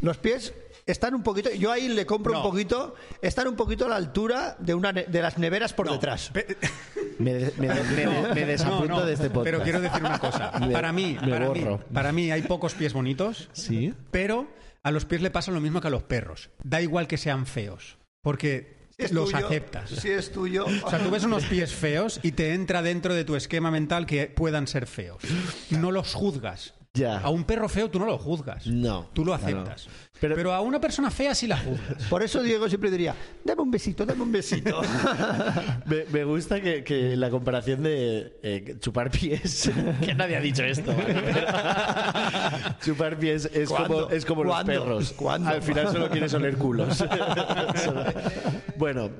Los pies están un poquito. Yo ahí le compro No. un poquito. Están un poquito a la altura de, una ne- de las neveras por detrás. Pe- Me, de- me de- me de- me desapunto No, no, de este podcast. Pero quiero decir una cosa. Me- Para mí, me para mí, borro. para mí hay pocos pies bonitos, Sí. pero a los pies le pasa lo mismo que a los perros. Da igual que sean feos, porque Si es los tuyo- aceptas. Si es tuyo. O sea, tú ves unos pies feos y te entra dentro de tu esquema mental que puedan ser feos. No los juzgas. Ya. A un perro feo tú no lo juzgas. No, Tú lo claro. aceptas. Pero- Pero, a una persona fea sí la juzgas. Por eso Diego siempre diría, dame un besito, dame un besito. Me, me gusta que, que la comparación de eh, chupar pies. que nadie ha dicho esto. ¿vale? Pero- chupar pies es ¿Cuándo? como, es como los ¿Cuándo? perros. ¿Cuándo? Al final solo quieres oler culos. Solo- bueno,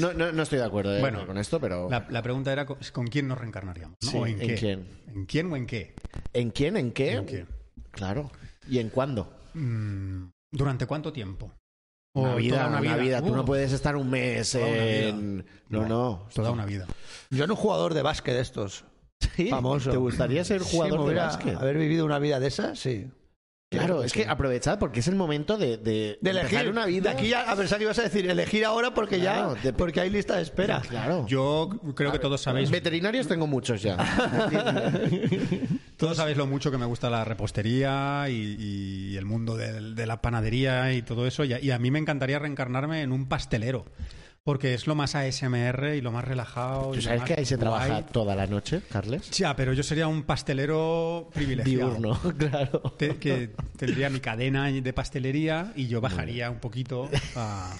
no, no, no estoy de acuerdo eh, Bueno, con esto, pero. La, la pregunta era con, con quién nos reencarnaríamos. ¿no? Sí, ¿O en, ¿en qué? quién? ¿En quién o en qué? ¿En quién? ¿En qué? ¿En qué? Claro. ¿Y en cuándo? Mm, ¿Durante cuánto tiempo? ¿O Una vida, toda una vida. Tú Uh, no puedes estar un mes toda una vida. en. No, no. Toda una vida. Yo era un jugador de básquet de estos. Sí, Famoso. ¿Te gustaría ser Sí, jugador me de hubiera- básquet? Haber vivido una vida de esas, sí. Claro, es que aprovechad porque es el momento de, de, De empezar elegir una vida. De aquí ya, a pensar que ibas a decir, elegir ahora porque Claro, ya de- porque hay lista de espera. Claro. Yo creo que todos sabéis, Veterinarios tengo muchos ya. todos sabéis lo mucho que me gusta la repostería y, y el mundo del- de, la panadería y todo eso. Y a, y a mí me encantaría reencarnarme en un pastelero. Porque es lo más ASMR y lo más relajado. y ¿Tú lo sabes más que ahí se trabaja guay. toda la noche, Carles? Ya, pero yo sería un pastelero privilegiado. Diurno, claro. Te- que tendría mi cadena de pastelería y yo bajaría un poquito a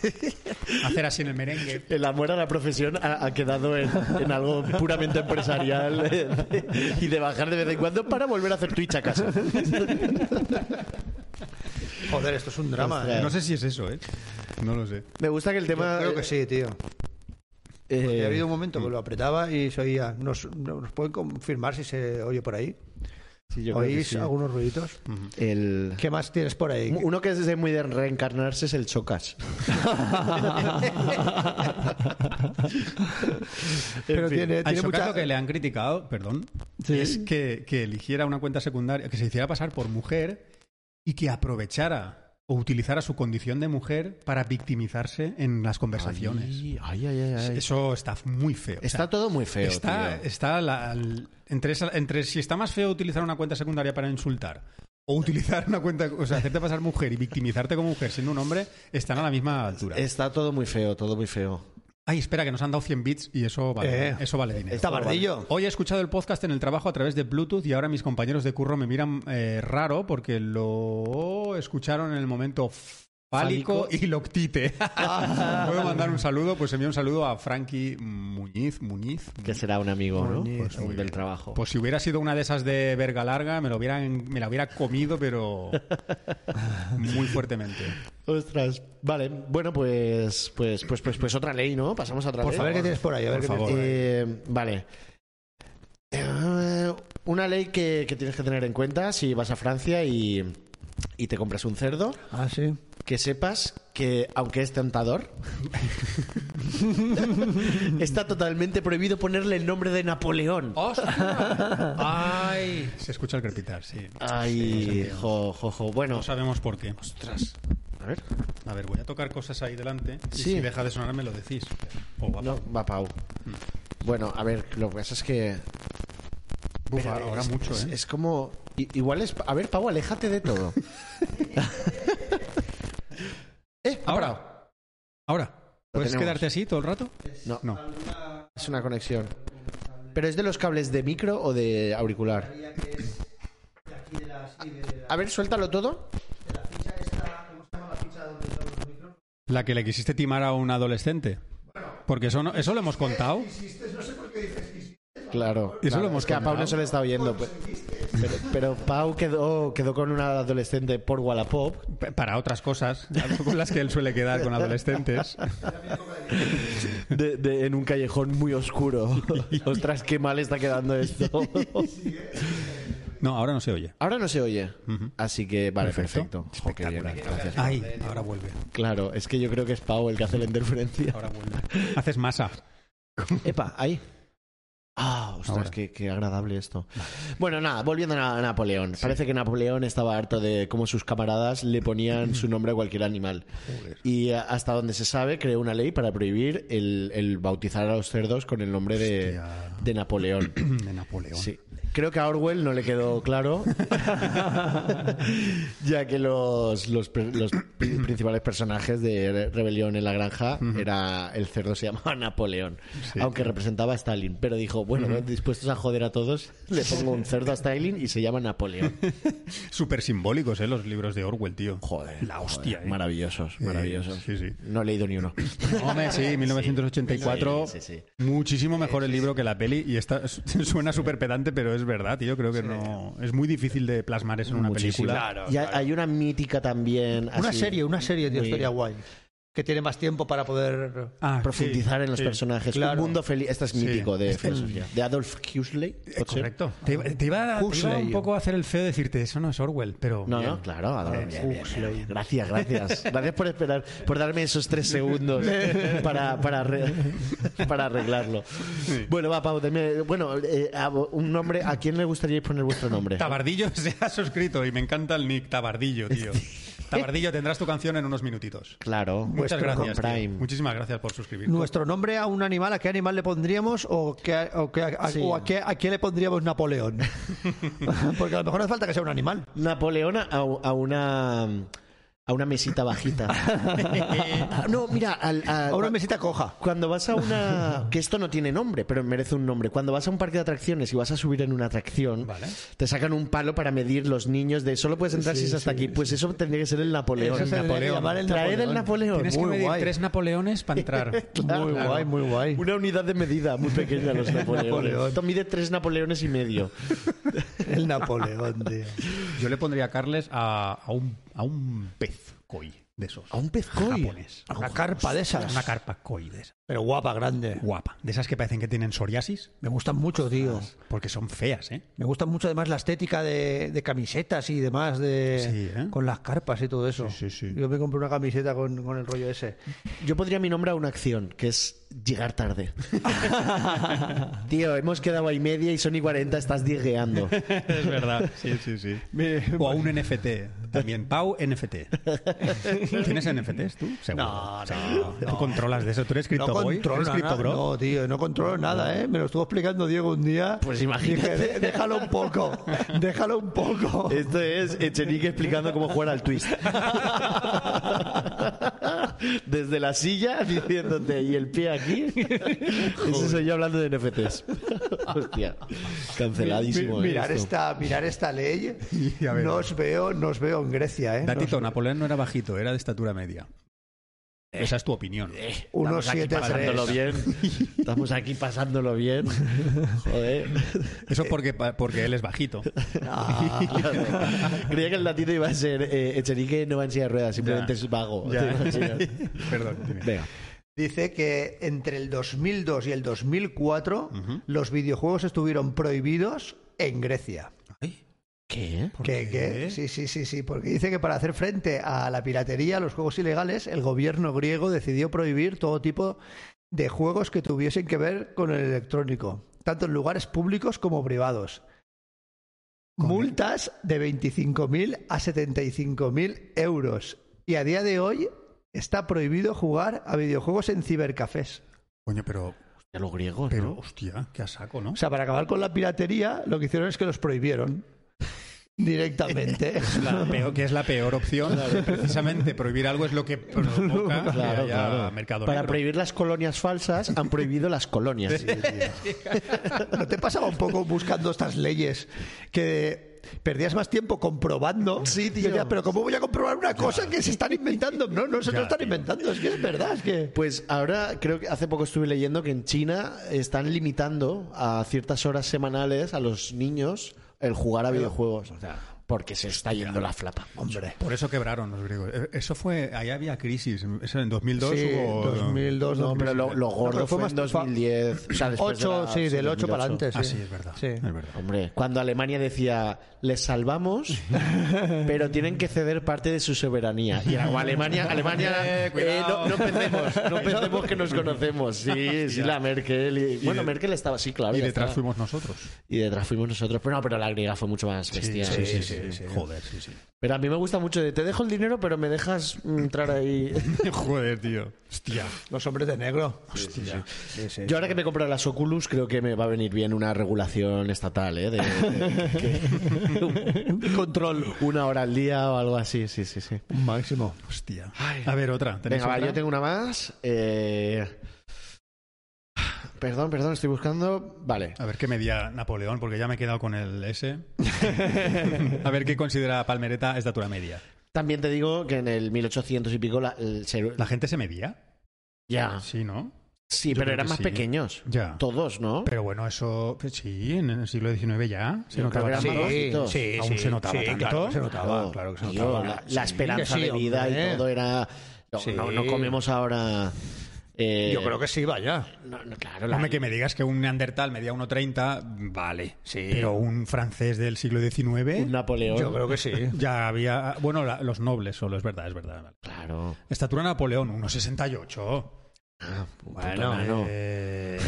a hacer así en el merengue. El amor a la profesión ha, ha quedado en, en algo puramente empresarial eh, y de bajar de vez en cuando para volver a hacer Twitch a casa. Joder, esto es un drama. Ostras. ¿eh? No sé si es eso, ¿eh? No lo sé. Me gusta que el tema... Creo que sí, tío. eh, Porque ha habido un momento que lo apretaba y se oía. ¿Nos, nos pueden confirmar si se oye por ahí? sí, yo creo que ¿Oís sí. algunos ruiditos? El... ¿Qué más tienes por ahí? Uno que es de muy de reencarnarse es el Chocas. Pero En fin. Eh, tiene, Al tiene Socazo mucha... que le han criticado, perdón, Sí. es que, que eligiera una cuenta secundaria, que se hiciera pasar por mujer y que aprovechara o utilizara su condición de mujer para victimizarse en las conversaciones. Ay, ay, ay, ay. Eso está muy feo. o sea, Está todo muy feo, Está, tío. está la- al- entre, esa- entre si está más feo utilizar una cuenta secundaria para insultar o utilizar una cuenta, o sea, hacerte pasar mujer y victimizarte como mujer siendo un hombre, están a la misma altura. Está todo muy feo, todo muy feo. Ay, espera, que nos han dado 100 bits y eso vale, Eh, eso vale dinero. Está bardillo. Hoy he escuchado el podcast en el trabajo a través de Bluetooth y ahora mis compañeros de curro me miran eh, raro porque lo escucharon en el momento fálico y loctite. Puedo mandar un saludo, pues envío un saludo a Frankie Muñiz, Muñiz. Que será un amigo, ¿no? Bonito. Pues, del trabajo. Pues si hubiera sido una de esas de verga larga, me, lo hubieran, me la hubiera comido, pero muy fuertemente. Ostras. Vale, bueno, pues, pues, pues, pues, pues otra ley, ¿no? Pasamos a otra Por ley. favor, eh, pues a ver qué tienes por ahí. A ver Por qué tienes favor. por ahí. Eh, vale. Eh, Una ley que, que tienes que tener en cuenta si vas a Francia y, y te compras un cerdo, Ah, sí. que sepas que, aunque es tentador, está totalmente prohibido ponerle el nombre de Napoleón. ¡Ay! Se escucha el crepitar, sí. Ay, jo, jo, jo. Bueno, No sabemos por qué. Ostras. a ver. A ver, voy a tocar cosas ahí delante. Y Sí. si deja de sonar, me lo decís. O va- No, va Pau. Hmm. Bueno, a ver, lo que pasa es que. Uf, Pero ahora es, mucho, es- ¿eh? es como. i- Igual es. A ver, Pau, aléjate de todo. eh, ha parado. Ahora. Ahora. ¿Puedes tenemos. quedarte así todo el rato? No, No. es una conexión. ¿Pero es de los cables de micro o de auricular? A ver, suéltalo todo. La que le quisiste timar a un adolescente. Porque eso, no- eso lo hemos contado. Claro. Eso claro, lo hemos es que a Pau no contado. se le está oyendo. pe- Pero, pero Pau quedó, quedó con una adolescente por Wallapop. P- Para otras cosas, con las que él suele quedar con adolescentes. De- de- en un callejón muy oscuro. Ostras, qué mal está quedando esto. No, ahora no se oye. Ahora no se oye. Así que vale, perfecto. Perfecto. Jo, qué bien, gracias. Ay, ahora vuelve. Claro, es que yo creo que es Pau el que hace la interferencia. Ahora vuelve. Haces masa. Epa, ahí. Ah, ostras, Ahora. qué, qué agradable esto. Bueno, nada, volviendo a Napoleón. Parece que Napoleón estaba harto de cómo sus camaradas le ponían su nombre a cualquier animal. Y a- hasta donde se sabe, creó una ley para prohibir el, el bautizar a los cerdos con el nombre de, Hostia. de Napoleón. Mm, De Napoleón. Sí. Creo que a Orwell no le quedó claro, ya que los, los, per- los pri- principales personajes de Re- Rebelión en la Granja era el cerdo se llamaba Napoleón, aunque representaba a Stalin, pero dijo, bueno, dispuestos a joder a todos, le pongo un cerdo a Styling y se llama Napoleón. Súper simbólicos, ¿eh? Los libros de Orwell, tío. Joder, La hostia, ¿eh? Maravillosos, maravillosos. sí, sí. No he leído ni uno. Hombre, sí, 1984. Sí, sí, Muchísimo mejor el libro que la peli. Y esta suena súper pedante, pero es verdad, tío. Creo que no. Es muy difícil de plasmar eso en una Muchísimo. película. Claro, y hay, claro. hay una mítica también. Una así, serie, una serie, tío, Ah, muy- estaría guay. Que tiene más tiempo para poder. Ah, Profundizar sí, en los sí. personajes. claro. Un mundo feliz. Este es mítico de filosofía. De Adolf Huxley. Eh, ¿puede ser? correcto. Te, iba- te iba, te iba Huxley, un yo. poco a hacer el feo de decirte, eso no es Orwell, pero... No, bien. no, Eh, claro. Adolf Bien, Huxley. Gracias, gracias. Gracias por esperar, por darme esos tres segundos para, para, arre- para arreglarlo. Bueno, va, Pau, dime- bueno, eh, a vo- un nombre, ¿a quién le gustaría poner vuestro nombre? Tabardillo se ha suscrito y me encanta el nick Tabardillo, tío. Este- Tabardillo, tendrás tu canción en unos minutitos. Claro, Muchas gracias. tío. Pues Prime. Muchísimas gracias por suscribirte. Nuestro nombre a un animal, ¿a qué animal le pondríamos? ¿O, qué- o qué- a, Sí. o a qué, a qué le pondríamos Napoleón? Porque a lo mejor no hace falta que sea un animal. Napoleón a, a una a una mesita bajita. no, mira, al- a- A una mesita coja. Cuando vas a una. que esto no tiene nombre, pero merece un nombre. Cuando vas a un parque de atracciones y vas a subir en una atracción, Vale. te sacan un palo para medir los niños de solo puedes entrar si es hasta aquí. Pues eso tendría que ser el Napoleón. Eso se debería Napoleón. llamar el Traer el Napoleón. Tienes que Muy medir guay. tres Napoleones para entrar. Muy guay, muy guay. Una unidad de medida muy pequeña los Napoleones. Napoleón. Esto mide tres Napoleones y medio. El Napoleón, tío. Yo le pondría a Carles a, a un, a un pez koi de esos. A un pez koi. Japonés. Una carpa de esas. Una carpa koi de esas. Pero guapa, grande. Guapa. Ah, De esas que parecen que tienen psoriasis, Me gustan mucho, tío. porque son feas, ¿eh? Me gusta mucho además la estética de, de camisetas y demás, de, Sí, ¿eh? con las carpas y todo eso. Sí, sí, sí. Yo me compré una camiseta con, con el rollo ese. Yo pondría mi nombre a una acción, que es llegar tarde. Tío, hemos quedado a y media y son y 40, estás digueando. Es verdad. Sí, sí, sí. O a un NFT. También. Pau NFT. ¿Tienes NFTs tú? Seguro. No, no, Seguro. no. ¿Tú controlas de eso? ¿Tú eres cripto no boy? controlo ¿Eres nada. cripto bro? No, tío, no controlo nada, ¿eh? Me lo estuvo explicando Diego un día. Pues imagínate. Dije, "De- déjalo un poco, déjalo un poco. Esto es Echenique explicando cómo jugar al twist. Desde la silla diciéndote, y el pie aquí. Ese soy yo hablando de NFTs. Hostia, canceladísimo. ¿eh? Mi- mirar, esto. esta, mirar esta ley, Ya verás. nos veo, nos veo en Grecia, ¿eh? Datito, Nos- Napoleón no era bajito, era de estatura media. Esa es tu opinión. unos Estamos aquí siete, pasándolo tres. bien. Estamos aquí pasándolo bien. Joder. Eso es porque, porque él es bajito. Ah, Creía que el latino iba a ser eh, Echenique no va en silla de ruedas, simplemente Ya. es vago. Ya. ¿Te imaginas? Perdón. dime. Venga. Dice que entre el 2002 y el 2004 los videojuegos estuvieron prohibidos en Grecia. ¿Qué? ¿Qué, qué? Sí, sí, sí, sí, porque dice que para hacer frente a la piratería, a los juegos ilegales, el gobierno griego decidió prohibir todo tipo de juegos que tuviesen que ver con el electrónico, tanto en lugares públicos como privados. Multas de 25.000 a 75.000 euros. Y a día de hoy está prohibido jugar a videojuegos en cibercafés. Coño, pero, Ya los griegos, pero, ¿no? hostia, qué a saco, ¿no? O sea, para acabar con la piratería, lo que hicieron es que los prohibieron directamente. La peor- que es la peor opción. Precisamente prohibir algo es lo que provoca Ah, que Claro, haya claro. mercado Para negro. prohibir las colonias falsas, han prohibido las colonias. ¿No te pasaba un poco buscando estas leyes que perdías más tiempo comprobando? Sí, tío. pero ¿cómo voy a comprobar una cosa que se están inventando? No, no se Ya, lo están tío. inventando, es que es verdad, es que... Pues ahora creo que hace poco estuve leyendo que en China están limitando a ciertas horas semanales a los niños el jugar a videojuegos. Porque se está yendo la flapa. Hombre. Por eso quebraron los griegos. Eh, Eso fue, ahí había crisis. Eso en 2002 Sí, hubo... 2002, No, pero lo, lo No, gordo pero fue, fue en más fa- 2010. O sea, después de Ocho, la- sí, del 8 para 2008. adelante. Ah, sí, es verdad. Sí. Es verdad. Hombre, cuando Alemania decía, les salvamos, pero tienen que ceder parte de su soberanía. Y era, "O Alemania, Alemania, Eh, cuidado. eh, no, no pensemos, no pensemos que nos conocemos. Sí, sí, Ya. la Merkel. y- bueno, de- Merkel estaba así, claro. Y ya detrás estaba. fuimos nosotros. y detrás fuimos nosotros. Pero no, pero la griega fue mucho más bestia. Joder, sí, sí. Pero a mí me gusta mucho de, te dejo el dinero, pero me dejas entrar ahí. Joder, tío. Hostia. Los hombres de negro. Yo ahora que me compro las Oculus creo que me va a venir bien una regulación estatal, ¿eh? De, control. Una hora al día o algo así, sí, sí, sí. Máximo. Hostia. A ver, otra. ¿Tenéis Venga, va, otra? yo tengo una más. Eh, Perdón, perdón, estoy buscando. Vale. A ver qué medía Napoleón, porque ya me he quedado con el S. A ver qué considera Palmereta estatura media. También te digo que en el 1800 y pico la, el ser- ¿La gente se medía? ya. Sí, ¿no? Sí, yo pero creo eran que más sí. pequeños. Ya. Todos, ¿no? Pero bueno, eso pues sí, en el siglo XIX ya se Yo notaba creo que tanto. era más- Sí, Todos. sí, Aún sí, se notaba sí, tanto. claro que se notaba, Claro, claro que se tío, notaba. la, la Sí, esperanza que sí, de vida hombre. y todo era. No, Sí. no- no comemos ahora. eh, Yo creo que sí, vaya. no, no, claro, la- Hombre, que me digas que un neandertal medía 1,30, vale. Sí. Pero un francés del siglo XIX un Napoleón. Yo creo que sí. ya había... Bueno, la- los nobles solo, es verdad, es verdad. vale. Claro. Ah, Estatura Napoleón, 1,68. Bueno, Eh,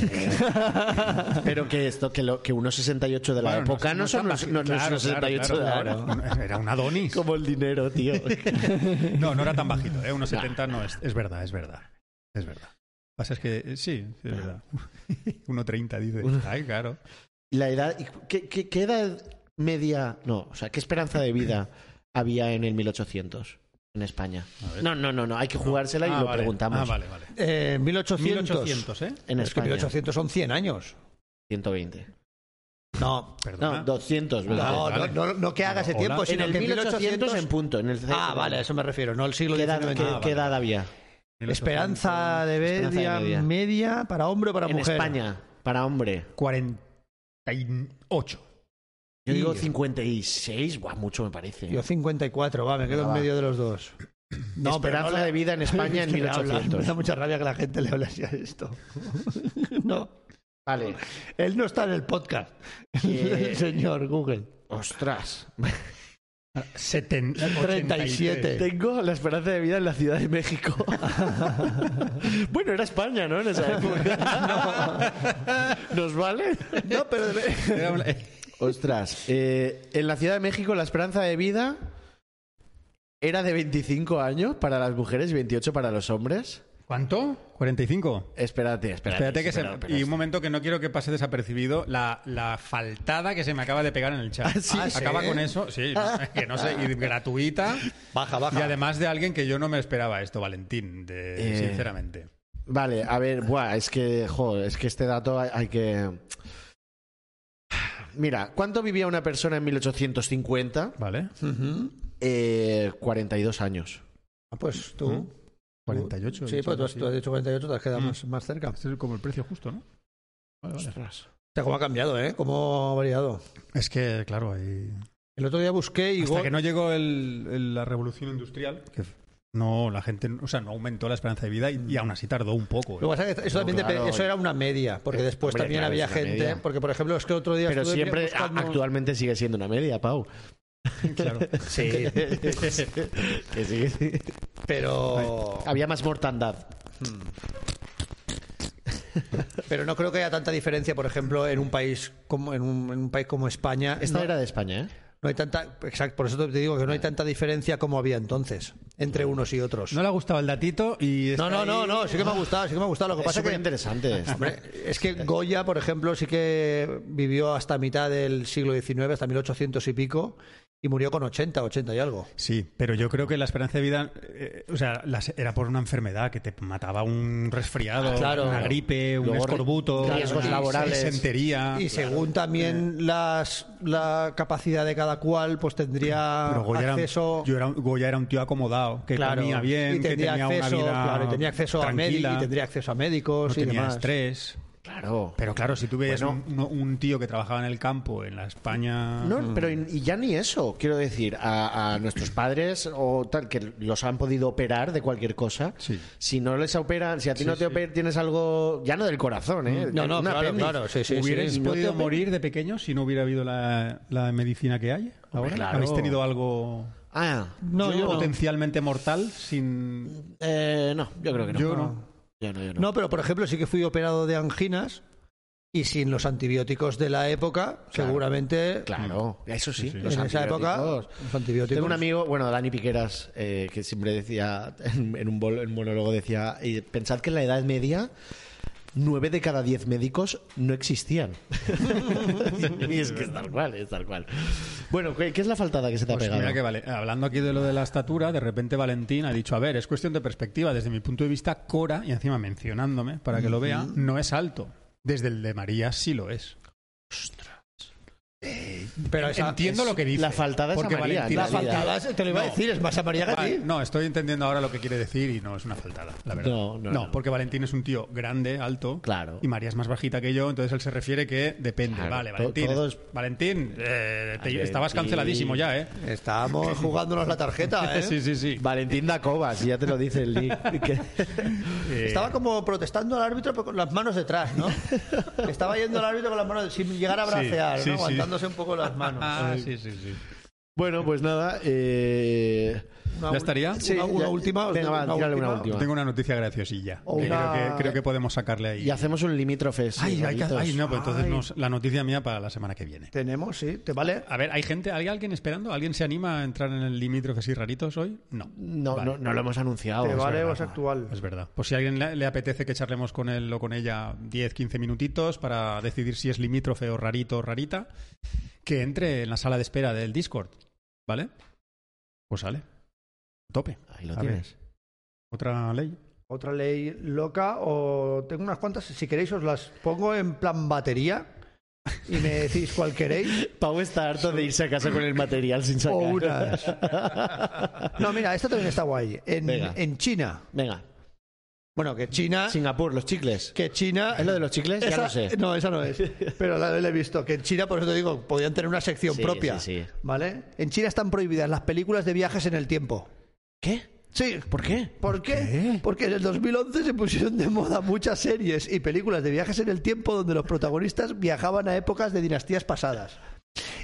Pero que esto, que, lo, que unos 68 de la claro, época no, es son tan los, baji- no- no claro, son los 68 claro, de claro. ahora. Era un Adonis. Como el dinero, tío. No, no era tan bajito, ¿eh? 1,70 no es. Es verdad, es verdad. Es verdad. Pasa es que eh, sí, sí, es verdad. 1,30 dice. Ay, claro. La edad. y ¿qué, qué, qué edad media.? No, o sea, ¿qué esperanza de vida había en el 1800 en España? A ver. No, no, no, no. Hay que jugársela y Ah, lo vale. preguntamos. Ah, vale, vale. Eh, 1800. 1800, ¿eh? En Es que España, 1800 son 100 años. 120. No, Perdona. No, 200, no, ¿verdad? vale. no, no, no que haga ese Hola. tiempo, en sino el que en 1800, en punto. En el Ah, vale, a eso me refiero, no el siglo ¿Qué edad, XIX. qué- Ah, qué edad había? 1800. Esperanza de media, Esperanza de media. media. para hombre o para En mujer. España, para hombre. 48. Yo Y- digo 56, guau, mucho me parece. Yo 54, va, me quedo va. en medio de los dos. Esperanza le- de vida en España en Es que le hablas, 1800. Me da mucha rabia que la gente le hable así a esto. no, Vale. él no está en el podcast. Eh, El señor Google. Ostras. Seten- 37. Tengo la esperanza de vida en la Ciudad de México. bueno, era España, ¿no? En esa época. ¿Nos vale? No, pero de- 83. Ostras. eh, en la Ciudad de México la esperanza de vida era de 25 años para las mujeres y 28 para los hombres. ¿Cuánto? 45. Espérate, espérate. Espérate que se... espera, espera. y un momento que no quiero que pase desapercibido la, la faltada que se me acaba de pegar en el chat. sí? Ah, ¿sí? Acaba con eso, sí, que no sé, y gratuita. baja, Y baja. además de alguien que yo no me esperaba esto, Valentín, de- Eh. sinceramente. Vale, a ver, buah, es que, jo, es que este dato hay, hay que... Mira, ¿cuánto vivía una persona en 1850? ¿Vale? Ujú. Eh, 42 años. Ah, Pues tú. Mm. 48. Sí, pues tú has, tú has dicho 48, te has quedado Mm. más, más cerca. O Este es como el precio justo, ¿no? Vale, vale. Ostras. sea, cómo ha cambiado, ¿eh? Cómo ha variado. Es que, claro, ahí... El otro día busqué y... hasta Go- que no llegó el- el- la revolución industrial, que no, la gente, o sea, no aumentó la esperanza de vida y, y aún así tardó un poco. ¿eh? Lo que pasa es que eso, No, también depe- claro. eh, eso era una media, porque después Hombre, también claro, había es una gente... media. Porque, por ejemplo, es que otro día Pero estuve siempre, buscando- a- actualmente sigue siendo una media, Pau. Claro. Sí, Que sigue- sí. pero... Había más mortandad. Pero no creo que haya tanta diferencia, por ejemplo, en un país como, en un, en un país como España. Esta no, era de España, ¿eh? no hay tanta... Exacto, por eso te digo que no hay tanta diferencia como había entonces, entre unos y otros. No le ha gustado el datito y... está No, no, no, ahí- no, sí que me ha gustado, sí que me ha gustado. Lo que Es pasa súper que... interesante. Hombre, es que Goya, por ejemplo, sí que vivió hasta mitad del siglo XIX, hasta 1800 y pico, y murió con 80, 80 y algo. Sí, pero yo creo que la esperanza de vida, eh, o sea, las- era por una enfermedad que te mataba un resfriado, Ah, claro. una gripe, un Luego, escorbuto, riesgos una laborales. disentería. Y según Eh. también las, la capacidad de cada cual, pues tendría Pero Goya, acceso... era, yo era, Goya era un tío acomodado, que claro, comía bien, y tendría que tenía acceso, una vida claro, y tenía acceso a médicos, tranquila, y tendría acceso a no médicos y tenía demás. estrés. Claro. Pero claro, si tú veías Bueno. un, un- un tío que trabajaba en el campo, en la España... No, pero y y ya ni eso. Quiero decir, a, a nuestros padres o tal, que los han podido operar de cualquier cosa. Sí. Si no les operan, si a ti no te operan, tienes algo ya no del corazón, ¿eh? No, no, Una claro, apéndice. claro, sí, sí, ¿Hubierais sí. no podido te- morir de pequeño si no hubiera habido la, la medicina que hay ahora? claro. ¿Habéis tenido algo Ah, No, yo no. potencialmente mortal sin...? eh, no, yo creo que no. Yo no. Yo no, yo no. No, pero por ejemplo, sí que fui operado de anginas y sin los antibióticos de la época, seguramente Claro, eso sí. sí. los en esa época antibióticos. los antibióticos. Tengo un amigo, bueno, Dani Piqueras, eh, que siempre decía, en, en un, bol- en un monólogo decía, "Y pensad que en la Edad Media, nueve de cada diez médicos no existían. y es que es tal cual, es tal cual. Bueno, ¿qué, qué es la faltada que se te Pues ha pegado? mira que vale, hablando aquí de lo de la estatura, de repente Valentín ha dicho, a ver, es cuestión de perspectiva, desde mi punto de vista, Cora, y encima mencionándome para que lo vea, no es alto. Desde el de María sí lo es. Pero esa- Entiendo es- lo que dice. la faltada es a porque María, Valentina- la La faltada, es- te lo iba a No. decir, es más a María que a Va- ti. Ah, No, estoy entendiendo ahora lo que quiere decir y no es una faltada, la verdad. No, no, no. porque Valentín es un tío grande, alto. Claro. Y María es más bajita que yo, entonces él se refiere que depende. Claro, Vale, to- Valentín. todo es- Valentín, eh, te- estabas Valentín. canceladísimo ya, ¿eh? Estábamos jugándonos la tarjeta, ¿eh? Sí, sí, sí. Valentín da cobas, ya te lo dice el Nick. Que- Eh, Estaba como protestando al árbitro pero con las manos detrás, ¿no? Estaba yendo al árbitro con las manos sin llegar a Sí, bracear, sí, ¿no? sí. aguantándose un poco las manos. Ah, sí, sí, sí. bueno, pues nada. Eh... Una ¿Ya ul- estaría? Una, Sí, una ya- última. os Venga, doy va, tírale una última. Tengo una noticia graciosilla. O que una- creo, que, creo que podemos sacarle ahí. Y hacemos un limítrofe. sí, ay, hay que- rollitos. ay, no, pues entonces Ay. no, la noticia mía para la semana que viene. Tenemos, sí, ¿te vale? A ver, ¿hay gente, hay alguien esperando? ¿Alguien se anima a entrar en el limítrofe y raritos hoy? No. No, Vale. no, no lo hemos anunciado. Te es vale, verdad. vas actual. Es verdad. Pues si a alguien le, le apetece que charlemos con él o con ella 10, 15 minutitos para decidir si es limítrofe o rarito o rarita, que entre en la sala de espera del Discord. ¿Vale? Pues sale. Tope. Ahí lo A ver. tienes. Otra ley. Otra ley loca o tengo unas cuantas, si queréis os las pongo en plan batería y me decís cuál queréis Pau está harto de irse a casa con el material sin sacar. o unas. No, mira, esta también está guay. En, Venga. en China. Venga, Bueno, que China... Singapur, los chicles. Que China... ¿Es lo de los chicles? ya Esa- lo sé. No, esa no es. Pero la, la he visto. Que en China, por eso te digo, podían tener una sección Sí, propia. sí, sí. ¿Vale? En China están prohibidas las películas de viajes en el tiempo. ¿Qué? Sí. ¿Por qué? ¿Por qué? Porque en el 2011 se pusieron de moda muchas series y películas de viajes en el tiempo donde los protagonistas viajaban a épocas de dinastías pasadas.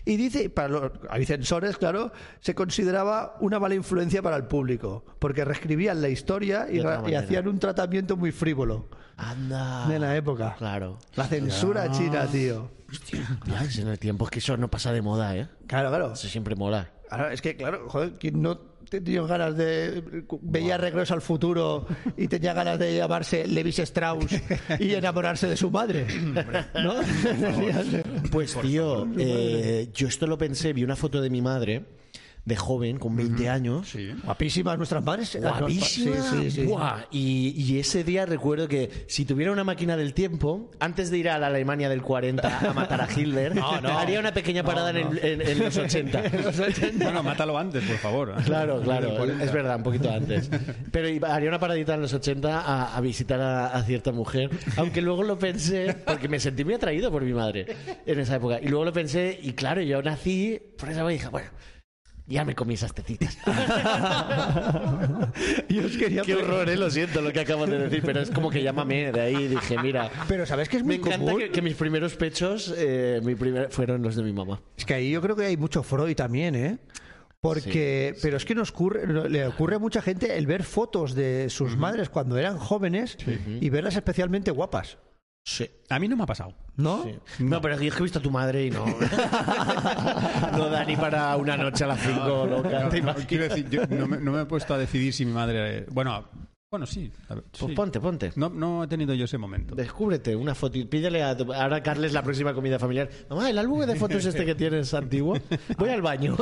Y dice, para los avicensores, claro, se consideraba una mala influencia para el público, porque reescribían la historia y, De otra ra- y manera. hacían un tratamiento muy frívolo Anda. de la época. Claro. La Ah. censura china, tío. Viajes en el tiempo, es que eso no pasa de moda, ¿eh? Claro, claro. Eso siempre mola. Ahora, es que, claro, joder, quien no tenía ganas de. Veía Regreso al Futuro y tenía ganas de llamarse Levis Strauss y enamorarse de su madre. ¿No? Pues tío, eh, yo esto lo pensé, vi una foto de mi madre de joven, con 20 años. Guapísimas nuestras madres. Guapísima. Sí, sí, sí. Buah, Y, y ese día recuerdo que si tuviera una máquina del tiempo, antes de ir a la Alemania del 40 a matar a Hitler, haría una pequeña parada en el- en, en los 80. Bueno, mátalo antes, por favor. Claro, claro, es verdad, un poquito antes. Pero iba- haría una paradita en los 80 a, a visitar a, a cierta mujer, aunque luego lo pensé, porque me sentí muy atraído por mi madre en esa época. Y luego lo pensé, y claro, yo nací, por esa y dije, bueno, ya me comí esas tecitas. Yo os quería Qué horror, eh, lo siento lo que acabas de decir, pero es como que llámame de ahí dije, mira. Pero ¿sabes que es Me muy encanta común? que, que mis primeros pechos eh, mi primer, fueron los de mi mamá. Es que ahí yo creo que hay mucho Freud también, ¿eh? Porque, pero es que nos ocurre, le ocurre a mucha gente el ver fotos de sus madres cuando eran jóvenes y verlas especialmente guapas, Sí. A mí no me ha pasado. ¿no? No, pero es que he visto a tu madre y no. no da ni para una noche a las 5, loca. Pues No, ¿te no, imaginas? quiero decir, yo no me, no me he puesto a decidir si mi madre. eh, Bueno, bueno, sí. a ver, Pues sí. ponte, ponte. No, no he tenido yo ese momento. Descúbrete una foto. y Pídele a tu- ahora Carles la próxima comida familiar. Mamá, el álbum de fotos este que tienes antiguo. Voy al baño.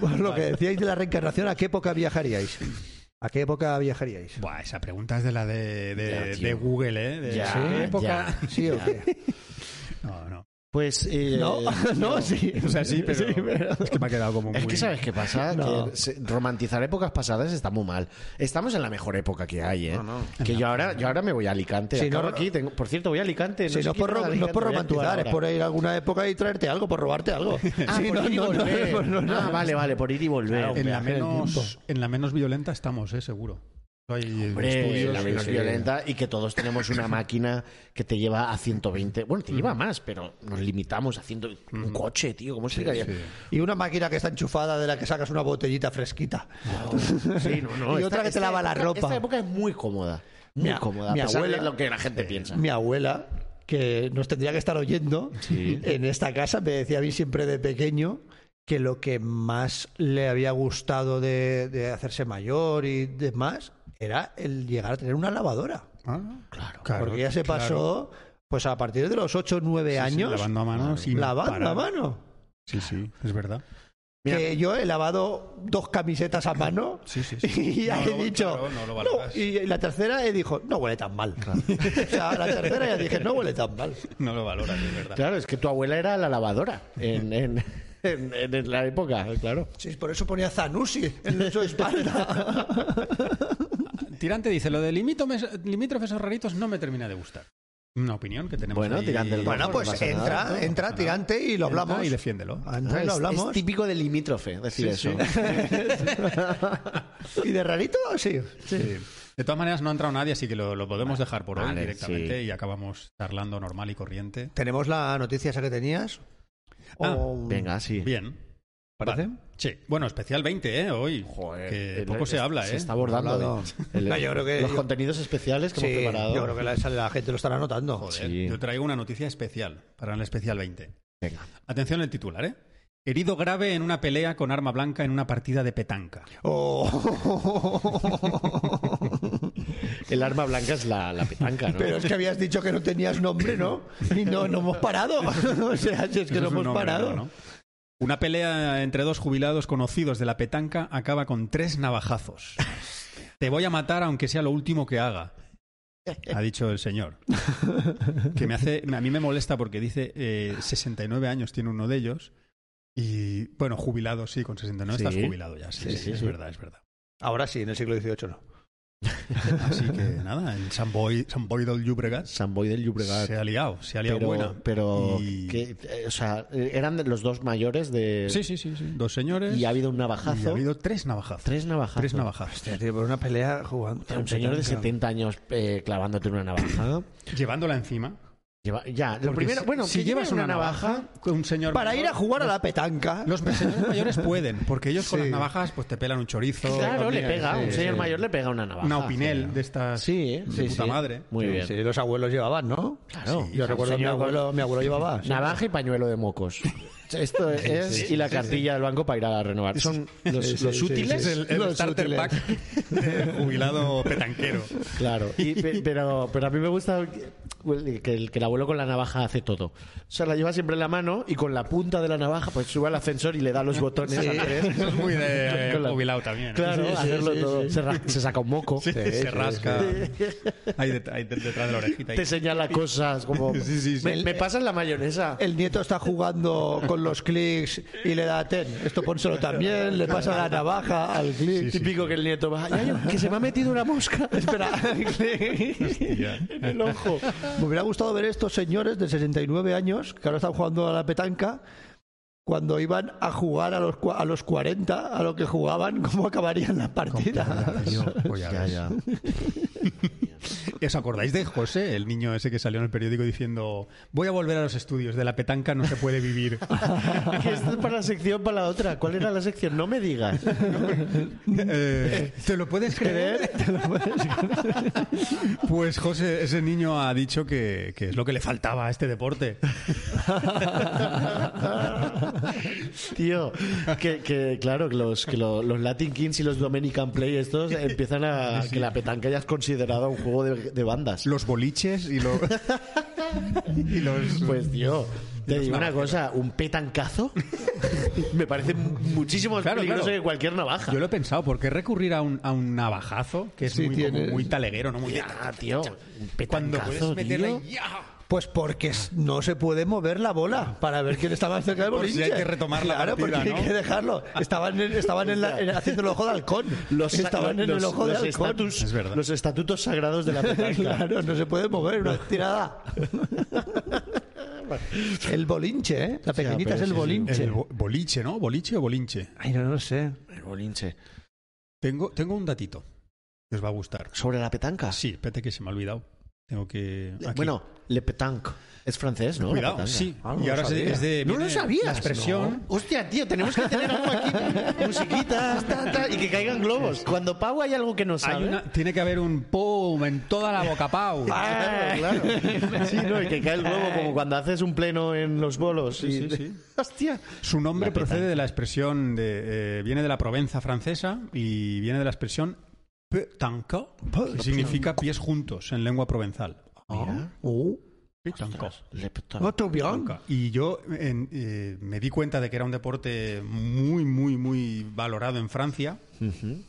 Pues lo que decíais de la reencarnación, ¿a qué época viajaríais? ¿A qué época viajaríais? Buah, esa pregunta es de la de, de- Ya, tío. de Google, ¿eh? De Ya, ¿qué época. ya. ¿Sí o qué? No, no. Pues. eh, No, no, sí. O sea, sí, pero, Sí, pero- es que me ha quedado como muy... Es que sabes qué pasa, No. Que se- romantizar épocas pasadas está muy mal. Estamos en la mejor época que hay, ¿eh? Que yo ahora, yo ahora me voy a Alicante. Si Acabo no- aquí, tengo- por cierto, voy a Alicante. Sí, sé no, es quién por, era de ro- no es Alicante, por voy a actuar romantizar, es ahora. por ir a alguna época y traerte algo, por robarte algo. Ah, Sí, por no, ir y no, no, volver. no, no, no. Ah, vale, vale, por ir y En volver. la, viaje del menos, tiempo. en la menos violenta estamos, ¿eh? Seguro. Hay Hombre, estudios la que- menos violenta y que todos tenemos una máquina que te lleva a 120. Bueno, te Mm. lleva más, pero nos limitamos a 100. Un coche, tío, ¿cómo explicaría? Sí, Y una máquina que está enchufada de la que sacas una botellita fresquita. no, no. Y otra que te lava la época- ropa. Esta época es muy cómoda. Muy Mi a- cómoda, mi a pesar abuela- de lo que la gente piensa. Mi abuela, que nos tendría que estar oyendo, en esta casa me decía a mí siempre de pequeño que lo que más le había gustado de, de hacerse mayor y demás era el llegar a tener una lavadora. Ah, claro, porque ya se claro. pasó, pues a partir de los 8 o 9 Sí, sí, años, lavando a mano. sin lavando a parar. mano. Sí, sí, es verdad. Mira. que yo he lavado dos camisetas a mano Sí, sí, sí. y ya No he lo- dicho claro, no lo "No", valoras. y la tercera he dijo no huele tan mal o sea la tercera ya dije no huele tan mal No lo valoras, es verdad. Claro, es que tu abuela era la lavadora en, en- en- en la época, claro. sí por eso ponía Zanussi en su espalda Tirante dice, lo de limítomes- limítrofes o raritos no me termina de gustar. Una opinión que tenemos Bueno, ahí. Tirante del bueno No pues pasa nada, entra no, entra tirante y lo Entra hablamos y defiéndelo. entra y Ah, es, este lo hablamos es típico del limítrofe decir Sí, eso. y de rarito sí Sí. De todas maneras, no ha entrado nadie, así que lo, lo podemos dejar por hoy Vale, directamente sí. y acabamos charlando normal y corriente. tenemos la noticia esa que tenías Ah, O- Venga, sí. Bien. ¿Parece? Vale. Sí. Bueno, especial 20, ¿eh? Hoy. que el- poco se es- habla, ¿eh? Se está abordando. Hablado. de- el- No, yo creo que- los contenidos especiales que hemos Sí, preparado. yo creo que la, esa la gente lo estará notando Joder, Sí. yo traigo una noticia especial para el especial 20. Venga. Atención al titular, ¿eh? Herido grave en una pelea con arma blanca en una partida de petanca. Oh. El arma blanca es la, la petanca, ¿no? Pero es que habías dicho que no tenías nombre, ¿no? Y no, no hemos parado. O sea, si es que Eso no es un hemos nombre, parado. ¿no? Una pelea entre dos jubilados conocidos de la petanca acaba con tres navajazos. Te voy a matar aunque sea lo último que haga, ha dicho el señor. Que me hace, a mí me molesta porque dice eh, 69 años tiene uno de ellos y bueno jubilado sí con 69 Sí. estás jubilado ya sí, Sí, sí, sí, es sí. verdad es verdad. Ahora sí, en el siglo XVIII no. Así que nada en San Boy, San Boi del Llobregat San Boy del Llobregat. se ha liado se ha liado Pero, buena. pero Y- que, eh, o sea, eran los dos mayores de. sí sí sí sí dos señores eh, Y ha habido un y ha navajazo. habido tres navajazos Tres navajazos. tres navajazos. por una pelea jugando. Un señor de 70 años eh, clavándote una navaja. Llevándola encima. Lleva- ya, lo Porque primero. si- bueno, si que lleve llevas una navaja, con un señor Para ir mayor, a jugar a la petanca. los señores mayores pueden, porque ellos con Sí. las navajas pues te pelan un chorizo, Claro, le pega. sí, un sí. señor mayor le pega una navaja. una opinel de estas Sí, eh, de sí, puta sí. madre. Muy bien. Sí, los abuelos llevaban, ¿no? Claro. Yo recuerdo que mi Señor- abuelo, mi abuelo llevaba. sí. Navaja y pañuelo de mocos. Esto es. y la cartilla del banco para ir a renovar. Son los, sí, los sí, útiles. Es el, el Los starter útiles. pack de jubilado petanquero. Claro. Y pe- pero, pero a mí me gusta que, que el, que el abuelo con la navaja hace todo. O sea, la lleva siempre en la mano y con la punta de la navaja pues sube al ascensor y le da los botones a tres. Eso es muy de Con la- jubilado también. ¿eh? Claro, Sí, sí, hacerlo sí, todo. sí. Se, ra- se saca un moco. Sí, Sí, sí, se rasca ahí, det- ahí det- detrás de la orejita. ahí. Te señala cosas como. Sí, sí, sí. Me, me pasas la mayonesa. El nieto está jugando con los clics y le da ten. Esto pónselo también, le pasa la navaja al clic. Típico que el nieto va. "Ay, ay, que se me ha metido una mosca. Espera, al clic. Hostia. En el ojo. Me hubiera gustado ver estos señores de 69 años que ahora están jugando a la petanca cuando iban a jugar a los, cua- a los 40, a lo que jugaban, cómo acabarían las partidas. Dios, pues ya ves. ¿Os acordáis de José, el niño ese que salió en el periódico diciendo voy a volver a los estudios, de la petanca no se puede vivir? Que esto es para la sección, para la otra. ¿Cuál era la sección? No me digas. Eh, ¿Te lo puedes creer? Pues José, ese niño ha dicho que, que es lo que le faltaba a este deporte. Tío, que, que, claro, que los, que lo- los Latin Kings y los Dominican Play estos empiezan a... Que la petanca ya es considerada un juego de, de bandas. Los boliches y, lo- y los... Pues tío, te digo una cosa, un petancazo me parece muchísimo más Claro, peligroso claro. que cualquier navaja. Yo lo he pensado, ¿por qué recurrir a un, a un navajazo? Que es Sí, muy, como tienes- muy taleguero, ¿no? Muy de- Ah, tío, un Cuando petancazo, puedes meterle... tío. Pues porque s- no se puede mover la bola para ver quién está más cerca del Por si boliche. hay que retomar la Claro, partida, porque hay ¿no? que dejarlo. Estaban, en- estaban en la- en- haciendo el ojo de halcón. Los, estaban en el los- ojo los de halcón. estatus- Es verdad. los estatutos sagrados de la petanca. Claro, no se puede mover una tirada. El bolinche, ¿eh? La pequeñita pero es el sí, sí. bolinche. El bo- boliche, ¿no? ¿Boliche o bolinche? Ay, no lo sé. El bolinche. Tengo, tengo un datito que os va a gustar. ¿Sobre la petanca? Sí, espérate que se me ha olvidado. Tengo que... aquí. Bueno, le petanque. Es francés, ¿no? La Cuidado, petanca. sí. Ah, no y lo ahora es de- sabía. es de. No lo viene sabías. La expresión. No. Hostia, tío, tenemos que tener algo aquí. Musiquitas, ta, ta, y que caigan globos. Cuando Pau hay algo que no Hay sabe. una- tiene que haber un pum en toda la boca, Pau. Ah, claro, claro. Sí, ¿no? Y que cae el globo como cuando haces un pleno en los bolos. y- sí, sí. Hostia. Su nombre La procede petanca. de la expresión de. eh, viene de la Provenza francesa y viene de la expresión Ah, petanca, que significa pies juntos en lengua provenzal. Oh. Pitanco. Leptón. ¿No tú, Bjorn? Y yo en- eh, me di cuenta de que era un deporte muy, muy, muy valorado en Francia. Ujú.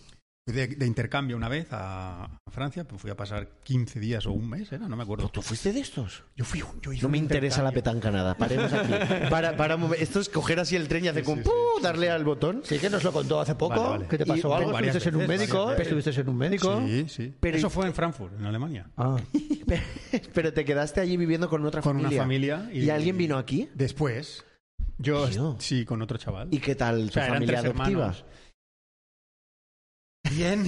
Fui de, de intercambio una vez a, a Francia, pues fui a pasar 15 días o un mes, era, no me acuerdo. ¿Tú fuiste de estos? Yo fui un- yo hice No me un interesa la intercambio. petanca nada. Paremos aquí. Para, para un momen- Esto es coger así el tren y hacer Sí, como sí, sí. ¡pum! darle al botón. Sí, que nos lo contó hace poco. Vale, vale. Que te Y pasó algo. varias Estuviste en un veces, médico. varias veces. Estuviste en un médico. Sí, sí. Pero- Eso fue en Frankfurt, en Alemania. Ah. Pero te quedaste allí viviendo con otra Con una familia. familia Y... y- alguien vino aquí? Después, yo Tío. sí, con otro chaval. ¿Y qué tal tu O sea, eran familia tres adoptiva? hermanos. Bien.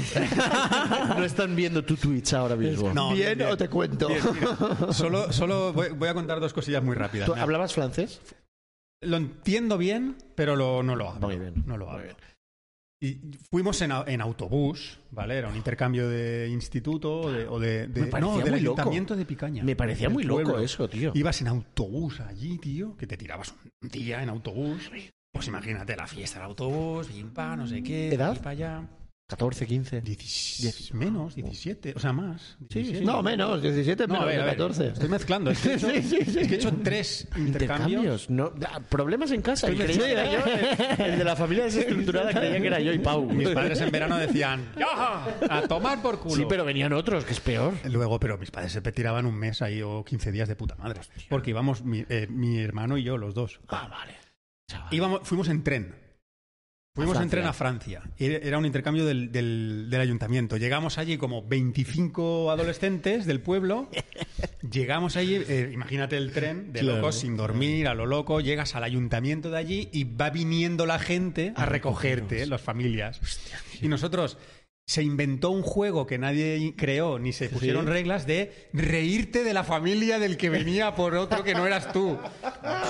no están viendo tu Twitch ahora mismo. No, ¿Bien o te cuento? Bien, mira, solo solo voy, voy a contar dos cosillas muy rápidas. ¿Tú Me- hablabas francés? Lo entiendo bien, pero lo- no lo hablo. Muy bien, No lo muy hablo. bien. Y fuimos en, au- en autobús, ¿vale? Era un intercambio de instituto o de, o de- de- Me parecía no, del muy loco. ayuntamiento de Picaña. Me parecía del muy loco pueblo. eso, tío. Ibas en autobús allí, tío, que te tirabas un día en autobús. Pues imagínate la fiesta del autobús, pim, pam, no sé qué, ¿Edad? para allá. 14, 15. Diecis- Diez- menos, 17, o sea, más. 17. No, menos. 17 No, menos a ver, a de ver, 14. Estoy mezclando. Es que he hecho, es que he hecho tres intercambios. Intercambios. No, da- problemas en casa. Estoy Y creía que era yo, el, el de la familia desestructurada creía que era yo y Pau. Mis padres en verano decían, "Ya, a tomar por culo. Sí, pero venían otros, que es peor. Luego, pero mis padres se tiraban un mes ahí o 15 días de puta madre. Porque íbamos, mi, eh, mi hermano y yo, los dos. Ah, vale. Chaval. Íbamos, fuimos en tren. Fuimos A en tren a Francia. Francia. Era era un intercambio del, del- del ayuntamiento. Llegamos allí como 25 adolescentes del pueblo. Llegamos allí, eh, imagínate el tren de Claro. locos, sin dormir, a lo loco. Llegas al ayuntamiento de allí y va viniendo la gente Ah, a recogerte, las familias. Y nosotros se inventó un juego que nadie creó ni se pusieron reglas de reírte de la familia del que venía por otro que no eras tú.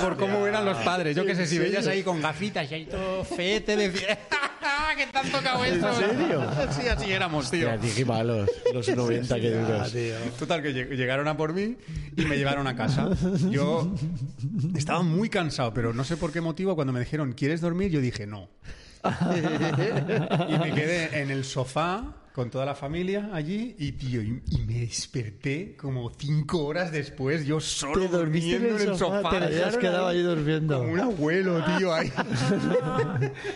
Por cómo eran los padres. Yo qué sé, si veías ahí con gafitas y ahí todo fete, decías ¡Que te han tocado eso! ¿En serio? Sí, así éramos, tío. Hostia, tío, qué malos. Los 90 que duros. Total, que lleg- llegaron a por mí y me llevaron a casa. Yo estaba muy cansado, pero no sé por qué motivo, cuando me dijeron, ¿quieres dormir? Yo dije, no. y me quedé en el sofá con toda la familia allí y, tío, y, y me desperté como cinco horas después, yo solo Te dormiste en el durmiendo en el sofá, sofá. te Te has dejaron quedado allí durmiendo. como un abuelo, tío, ahí.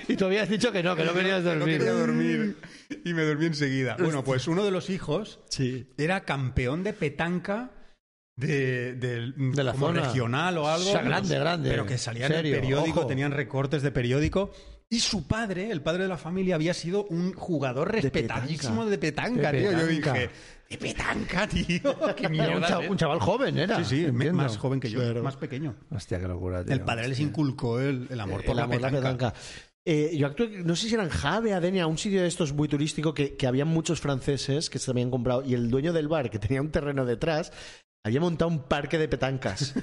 Y tú habías dicho que no, que no querías Que no dormir. quería dormir. Y me dormí enseguida. Bueno, pues uno de los hijos Sí. era campeón de petanca de, del- mm, De la como zona. regional o algo. O sea, grande, pero, grande. Pero que salía Serio, en el periódico, ojo. tenían recortes de periódico. Y su padre, el padre de la familia, había sido un jugador respetadísimo de petanca, De tío. Yo petanca. dije, ¿de petanca, tío? ¿Qué Era un, mierda cha- es un chaval joven, era. Sí, sí, me- Entiendo. más joven que yo, Claro. más pequeño. Hostia, qué locura, tío. El padre les inculcó el, el amor por El la amor, la petanca. petanca. Eh, yo actué, no sé si eran Jave, Adenia, un sitio de estos muy turístico que, que habían muchos franceses que se habían comprado y el dueño del bar, que tenía un terreno detrás, había montado un parque de petancas.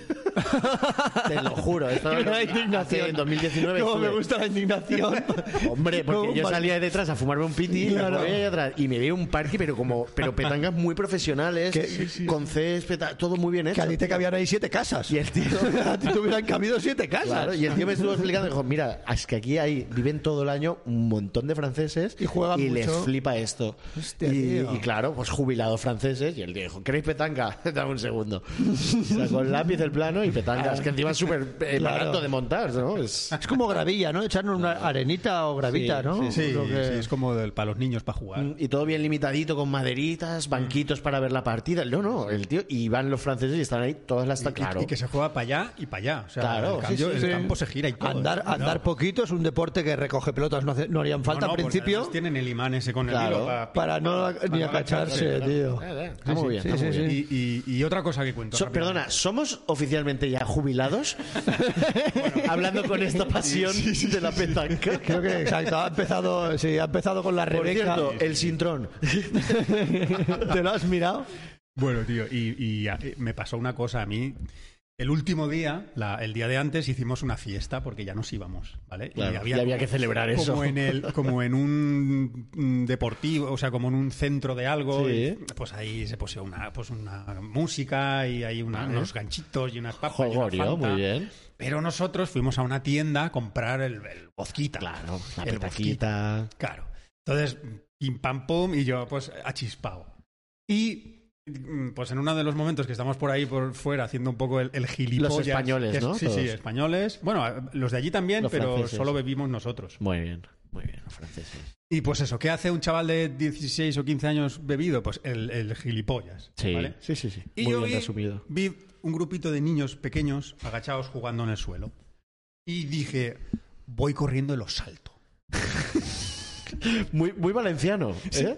Te lo juro. Esto Qué gran hace- indignación. En 2019 No, me estuve. gusta la indignación. Hombre, porque No, yo vale. salía de detrás a fumarme un piti y, Claro. me ponía ahí atrás. y me vi un parque, pero como pero petangas muy profesionales, Que- sí, sí. con césped, todo muy bien hecho. Que a ti te cabían ahí siete casas. Y el tío- A ti te hubieran cabido siete casas. Claro, y el tío me estuvo explicando, dijo, mira, es que aquí hay, viven todo el año un montón de franceses Y juegan mucho. les flipa esto. Hostia, y, tío. y claro, pues jubilados franceses, y el tío dijo, ¿queréis petanca? Dame un segundo. Sacó el lápiz, el plano y petanca. Es que encima es súper eh, Claro. barato de montar, ¿no? Es- Es como gravilla, ¿no? Echarnos una arenita o gravita, Sí, ¿no? Sí, Lo que- Mm, sí, es como del- para los niños para jugar. Y todo bien limitadito, con maderitas, banquitos para ver la partida. No, no, el tío, y van los franceses y están ahí todas las... Y- claro. Y, que se juega para allá y para allá. O sea, Claro, el, cambio- sí, el sí, sí. campo se gira y todo. ¿eh? Andar, Cuidado. andar poquito es un deporte que recoge pelotas. No, hace- no harían falta No, no, al porque principio además Tienen el imán ese con Claro. el hilo pa- para no ni acacharse, tío. Eh, eh, Está muy bien, sí, está muy sí, bien. sí. Y, y- y otra cosa que cuento. So- rápidamente. perdona, ¿somos oficialmente ya jubilados? Hablando con esta pasión de la petanca. Creo que exacto, ha empezado, sí, ha empezado con la Por Rebeca. cierto, el sintrón. ¿Te lo has mirado? Bueno, tío, y, y, a- eh, me pasó una cosa a mí. El último día, la- el día de antes, hicimos una fiesta porque ya nos íbamos, ¿vale? Claro, y había que celebrar como eso. En el, como en un mm, deportivo, o sea, como en un centro de algo, Sí. y, pues ahí se puso una, pues una música y hay una- unos ganchitos y unas papas. y una Jolgorio, fanta. muy bien. Pero nosotros fuimos a una tienda a comprar el, el bozquita. Claro, la El petaquita. Claro. Entonces, pim pam pum, y yo, pues, achispado. Y mm, pues en uno de los momentos que estamos por ahí por fuera haciendo un poco el, el gilipollas. Los españoles, que es- ¿no? Sí, sí, Todos. españoles. Bueno, a- los de allí también, Los pero franceses. solo bebimos nosotros. Muy bien, muy bien, los franceses. Y pues eso, ¿qué hace un chaval de 16 o 15 años bebido? Pues el, el gilipollas. Sí, ¿vale? sí, sí, sí. Y muy yo bien vi, resumido. vi un grupito de niños pequeños agachados jugando en el suelo. Y dije, voy corriendo y los salto. Muy, muy valenciano. ¿eh?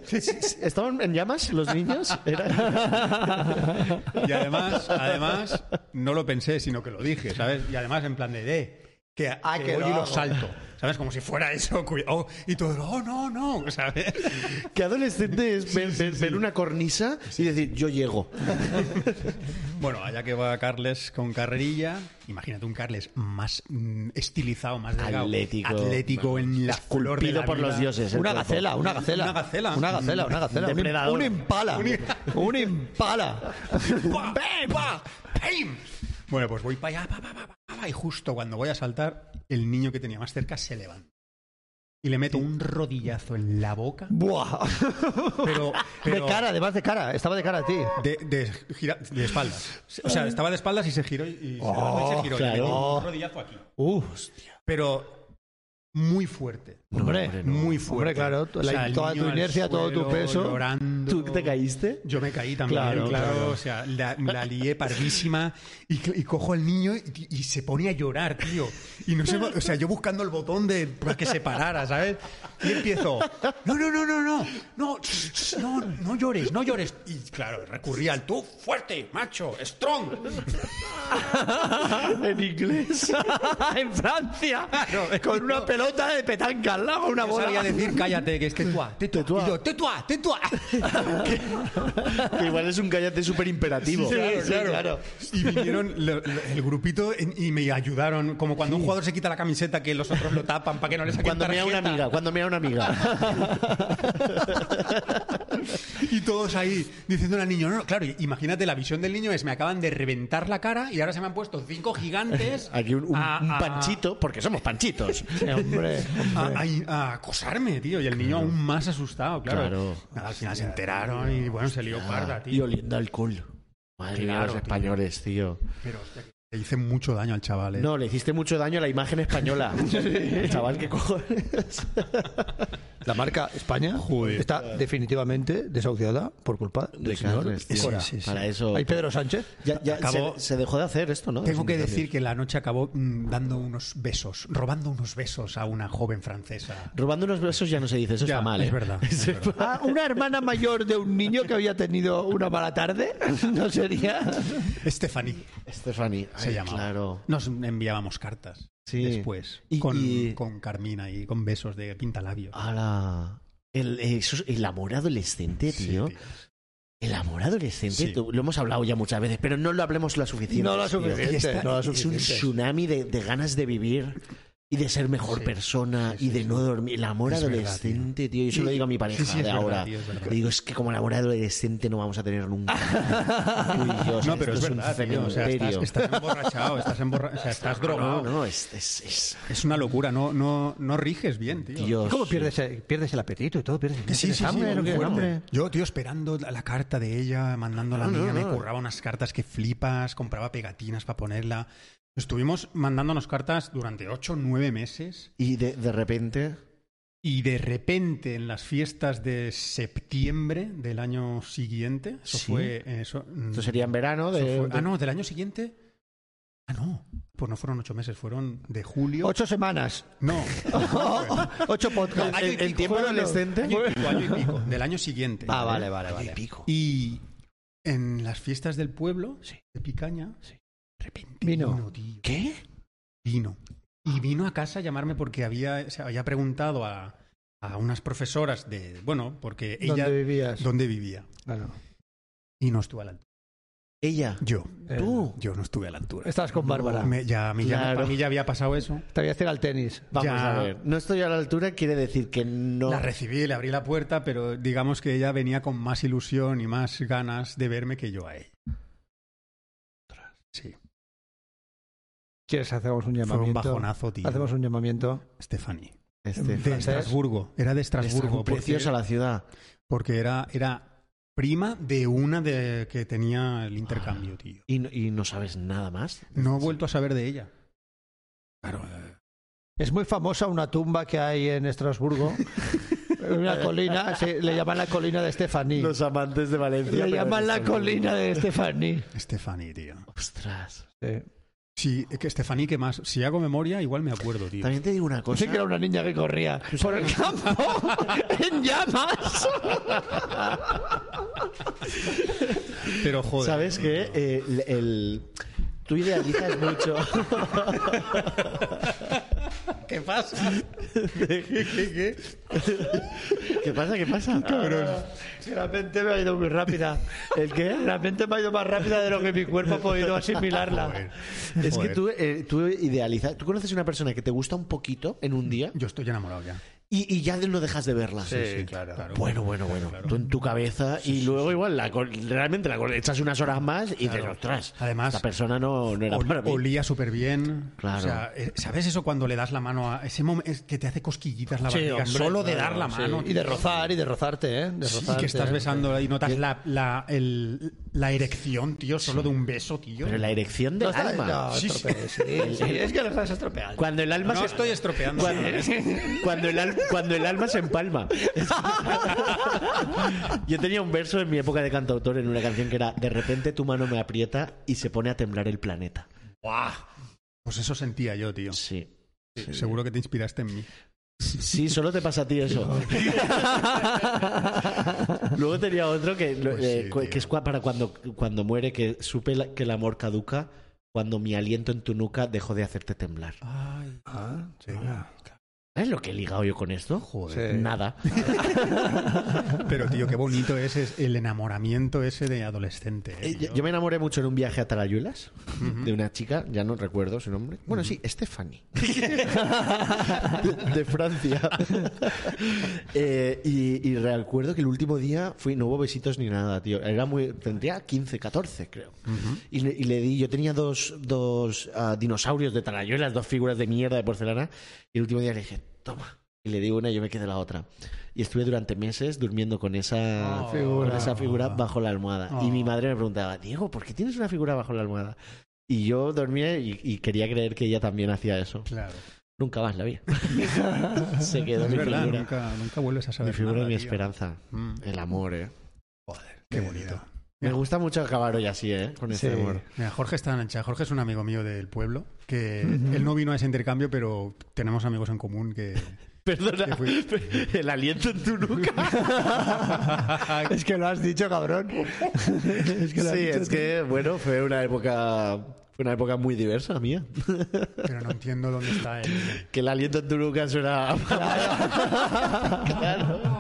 ¿Estaban en llamas los niños? Era- Y además, además, no lo pensé, sino que lo dije, ¿sabes? Y además en plan de, de que, Ah, que que voy lo y lo hago. salto. ¿Sabes? Como si fuera eso. cuidado. Y todo, oh, no, no, ¿sabes? Qué adolescente es ver, ver- ver una cornisa y decir, yo llego. Bueno, allá que va Carles con carrerilla, imagínate un Carles más mm, estilizado, más delgado. Atlético. Atlético en la flor de Esculpido la por vida. los dioses. el Una cuerpo. gacela, una gacela. Una gacela. Una gacela, una gacela. Un, Depredador. un impala. Un impala. ¡Pua! ¡Pua! ¡Pim! Bueno, pues voy para allá, pa, pa, pa, pa, pa, y justo cuando voy a saltar, el niño que tenía más cerca se levanta. Y le meto un rodillazo en la boca. Buah. Pero, pero De cara, además de cara. Estaba de cara a ti. De, de gira- de espaldas. O sea, estaba de espaldas y se giró y, y se levantó y se Oh, giró. Y le claro. metí un rodillazo aquí. Pero muy fuerte. Hombre, Muy fuerte. Hombre, claro, la- O sea, el toda tu niño al inercia, todo tu suelo, peso. llorando. ¿Tú te caíste? Yo me caí también, claro, Claro, claro. O sea, la, la lié pardísima y, cl- y cojo al niño y, y se pone a llorar, tío. Y no sé, o sea, yo buscando el botón de para que se parara, ¿sabes? Y empiezo, no, no, no, no, no, no, tss, no, no llores, no llores. Y claro, recurrí al tú, fuerte, macho, strong. En inglés. en Francia. Con una pelota de petanca al lado, una Yo sabía decir, cállate, que es tetua, tetua, Tetua. Y yo, tetua, tetua. Que igual es un cállate súper imperativo. claro, claro. Y vinieron lo- lo- el grupito en- y me ayudaron, como cuando un jugador se quita la camiseta que los otros lo tapan para que no le saquen Cuando me da una tarjeta. amiga, cuando me da una amiga. Y todos ahí diciendo al niño, no, no, claro, imagínate, la visión del niño es, me acaban de reventar la cara y ahora se me han puesto cinco gigantes Aquí un, un- a- un a- panchito, ah. porque somos panchitos. Hombre. A, a- a acosarme, tío, y el niño aún más asustado, claro. Claro. Nada, al final se enteraron y bueno, se lió parda, y tío. oliendo alcohol. Madre mía, Claro, los tío. españoles, tío. Pero hostia, que le hice mucho daño al chaval, ¿eh? No, le hiciste mucho daño a la imagen española. Chaval, qué cojones. La marca España Joder. está definitivamente desahuciada por culpa del señor. Carles, tío. Cora. Sí, sí, sí. Para eso- Hay Pedro Sánchez. Ya, ya Acabó- se, se dejó de hacer esto, ¿no? Tengo que decir que la noche acabó mm, dando unos besos, robando unos besos a una joven francesa. Robando unos besos ya no se dice, eso Ya, está mal. es ¿eh? verdad, es Eso- Ah, una hermana mayor de un niño que había tenido una mala tarde. No sería. Stephanie Stephanie. se ay, llamaba. Claro. Nos enviábamos cartas Sí. después Y- con, y- Ah, con Carmina y con besos de pintalabios. Ala. El, eso es- el amor adolescente, Sí, tío. tío. El amor adolescente, Sí. tú- lo hemos hablado ya muchas veces, pero no lo hablemos la suficiente. No la tío. suficiente, Y esta- no la es un suficiente. tsunami de, de ganas de vivir y de ser mejor persona y de no dormir. El amor Es verdad, adolescente, tío. Yo se lo digo a mi pareja sí, es de verdad, ahora. tío, es verdad. Le digo, es que como el amor adolescente no vamos a tener nunca. Tú y yo, o sea, No, pero esto es un verdad, tío. O sea, estás, cementerio. estás emborrachado, estás, emborra- o sea, estás drogado. No, no, es, es, es- Es una locura, no, no, no riges bien, tío. Dios. ¿Cómo pierdes, el- pierdes el apetito y todo? ¿Pierdes no Que sí, tienes sí, sí, hambre? muy ¿No quieres fuerte. hambre? Yo, tío, esperando la, la carta de ella, mandando a la No, no, mía, me no. curraba unas cartas que flipas, compraba pegatinas para ponerla. Estuvimos mandándonos cartas durante 8 nueve meses Y de, de repente. y de repente en las fiestas de septiembre del año siguiente, eso ¿Sí? fue... Eso, mm, Esto sería en verano. De, eso fue- de- ah, no, del año siguiente... Ah, no. Pues no fueron ocho meses, fueron de julio. Ocho semanas. No. Ocho podcasts. Año y el, el pico. tiempo Bueno, adolescente. Ah, Año y pico, año y pico, del año siguiente. Ah, vale, vale, Año y vale. pico. Y en las fiestas del pueblo, de Picaña, de repente Vino. tío. ¿Qué? Vino. Y vino a casa a llamarme porque había, se había preguntado a, a unas profesoras de. Bueno, porque ella. ¿Dónde vivías? Pues, ¿Dónde vivía? Claro. Y no estuve a la altura. Ella. Yo. Tú. Yo no estuve a la altura. Estás Uh. con Bárbara. Me- ya, a mí ya- Claro. para mí ya había pasado eso. Te voy a hacer al tenis. Vamos Ya. a ver. No estoy a la altura, quiere decir que no. La recibí, le abrí la puerta, pero digamos que ella venía con más ilusión y más ganas de verme que yo a ella. Sí. ¿Quieres hacemos Fue un un llamamiento? bajonazo, tío. Hacemos un llamamiento. Stephanie. Este, De Estrasburgo. Era de Estrasburgo. porque- preciosa la ciudad. Porque era, era prima de una de que tenía el Ah, intercambio, tío. ¿Y, no- y no sabes nada más? No he vuelto a saber de ella. Claro. Es muy famosa una tumba que hay en Estrasburgo. Una colina, se- le llaman la colina de Stephanie. Los amantes de Valencia. Le llaman la colina de Stephanie. Stephanie, tío. Ostras. Sí, que Stephanie, ¿qué más? Si hago memoria, igual me acuerdo, tío. También te digo una cosa. Sé que era una niña que corría por el campo en llamas. Pero joder. ¿Sabes qué? Eh, el, el- Tú idealizas mucho. ¿Qué pasa? ¿Qué, qué, ¿Qué pasa? ¿Qué pasa? Ah, Realmente me ha ido muy rápida. ¿El qué? Realmente me ha ido más rápida de lo que mi cuerpo ha podido asimilarla. Es que Joder. tú, eh, tú idealizas. Tú conoces una persona que te gusta un poquito en un día Yo estoy enamorado ya. y, y ya no dejas de verla. claro. Bueno, bueno, bueno. Tú en tu cabeza y luego igual la col- realmente la col- echas unas horas más y dices, ostras, Además, esta persona no, no era Ol- para mí. olía súper bien. Claro. O sea, eh, ¿sabes eso cuando le das la mano a ese momento que te hace cosquillitas la Sí, barriga? hombre, solo de dar claro, la sí. mano. Y de tío. rozar, y de rozarte, ¿eh? De Sí, rozarte, que estás ¿eh? besando y notas la, la, el- la erección, tío, solo de un beso, tío. Pero la erección del No, está- alma. no, Sí, estropeé, sí, sí, es que lo estás estropeando. Cuando el alma No ¿eh? se... estoy estropeando. Cuando, cuando el al- cuando el alma se empalma. Yo tenía un verso en mi época de cantautor en una canción que era De repente tu mano me aprieta y se pone a temblar el planeta. ¡Buah! Pues eso sentía yo, tío. Sí. Seguro que te inspiraste en mí. Sí, solo te pasa a ti eso. Luego tenía otro que, lo- Pues eh, sí, cu- tío. que es cua- para cuando, cuando muere, que supe la- que el amor caduca cuando mi aliento en tu nuca dejó de hacerte temblar. Ah. Ah. ¿Sabes lo que he ligado yo con esto? Joder. Sí. Nada. Pero, tío, qué bonito es, es el enamoramiento ese de adolescente. ¿eh, Eh, tío? yo, yo me enamoré mucho en un viaje a Tarayulas de una chica, ya no recuerdo su nombre. Bueno, sí, Stephanie. de, de Francia. Eh, y, y recuerdo que el último día fui, no hubo besitos ni nada, tío. Era muy, tendría 15, 14, creo. y, le, y le di, yo tenía dos, dos ah, dinosaurios de Tarayuelas, dos figuras de mierda de porcelana. Y el último día le dije, toma. Y le di una y yo me quedé la otra. Y estuve durante meses durmiendo con esa, Oh. con esa figura bajo la almohada. Y Oh. mi madre me preguntaba, Diego, ¿por qué tienes una figura bajo la almohada? Y yo dormía y, y quería creer que ella también hacía eso. Claro. Nunca más la vi. Se quedó Es mi verdad, figura. nunca, nunca vuelves a Mi saber. figura y nada, mi tío. esperanza. Mm. El amor, ¿eh? Joder, qué bonito. Me gusta mucho acabar hoy así, ¿eh? Con ese Sí. amor. Mira, Jorge está en ancha. Jorge es un amigo mío del pueblo, que él no vino a ese intercambio, pero tenemos amigos en común que... Perdona, Que fui- el aliento en tu nuca. Es que lo has dicho, cabrón. Es que lo has Sí, dicho es tú. que, bueno, fue una época... Fue una época muy diversa mía. Pero no entiendo dónde está él. Que el aliento en tu nuca suena... Claro.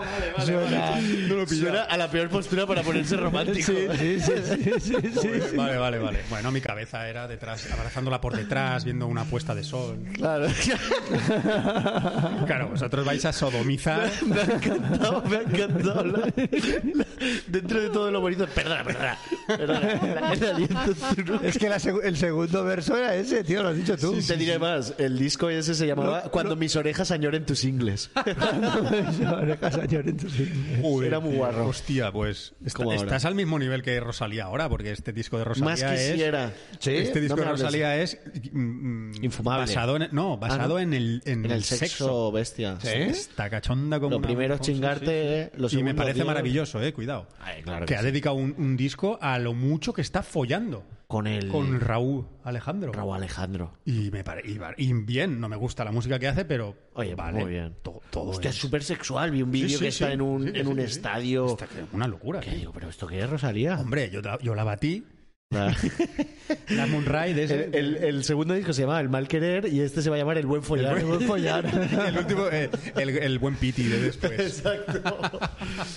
Suena- No lo Suena a la peor postura para ponerse romántico. Sí, sí, sí, sí, sí, sí. Vale, vale, vale. Bueno, mi cabeza era detrás, abrazándola por detrás, viendo una puesta de sol. Claro. Claro, vosotros vais a sodomizar. Me ha encantado, me ha encantado. la- la- dentro de todo lo bonito. Perdona, perdona. perdona el aliento en tu nuca. Es que la segu- el segundo verso era ese, tío, lo has dicho tú. Te diré más, el disco ese se llamaba Cuando mis orejas añoren tus ingles. Orejas a llorar en tus hijos. Joder, Era muy tío. guarro. Hostia, pues est- Como ahora. estás al mismo nivel que Rosalía ahora, porque este disco de Rosalía Más es... quisiera. Sí, este disco no me de hables. Rosalía es mm, mm, Infumable. Basado en, no, basado en el, en Ah, En el el sexo, bestia. Está cachonda como. Lo una- primero es como- sí, chingarte, eh, sí, sí. Y lo me segundo, parece tío. maravilloso, eh, cuidado. Ay, que claro que ha sí. dedicado un, un disco a lo mucho que está follando Con el con Raúl Alejandro. Raúl Alejandro. Y me pare- y, va- y bien, no me gusta la música que hace, pero. Oye, vale. muy bien. to- todo Hostia, es- es súper sexual. Vi un vídeo Sí, sí, que está sí. en un, Sí, en sí, un sí, sí. estadio. Está que- una locura. ¿Qué tío. digo? ¿Pero esto qué es, Rosalía? Hombre, yo, la- yo la batí. Claro. La Moonray de ese. El, el- el segundo disco se llamaba El Mal Querer y este se va a llamar El Buen Follar. El buen el último, eh, el, el buen piti de después. Exacto.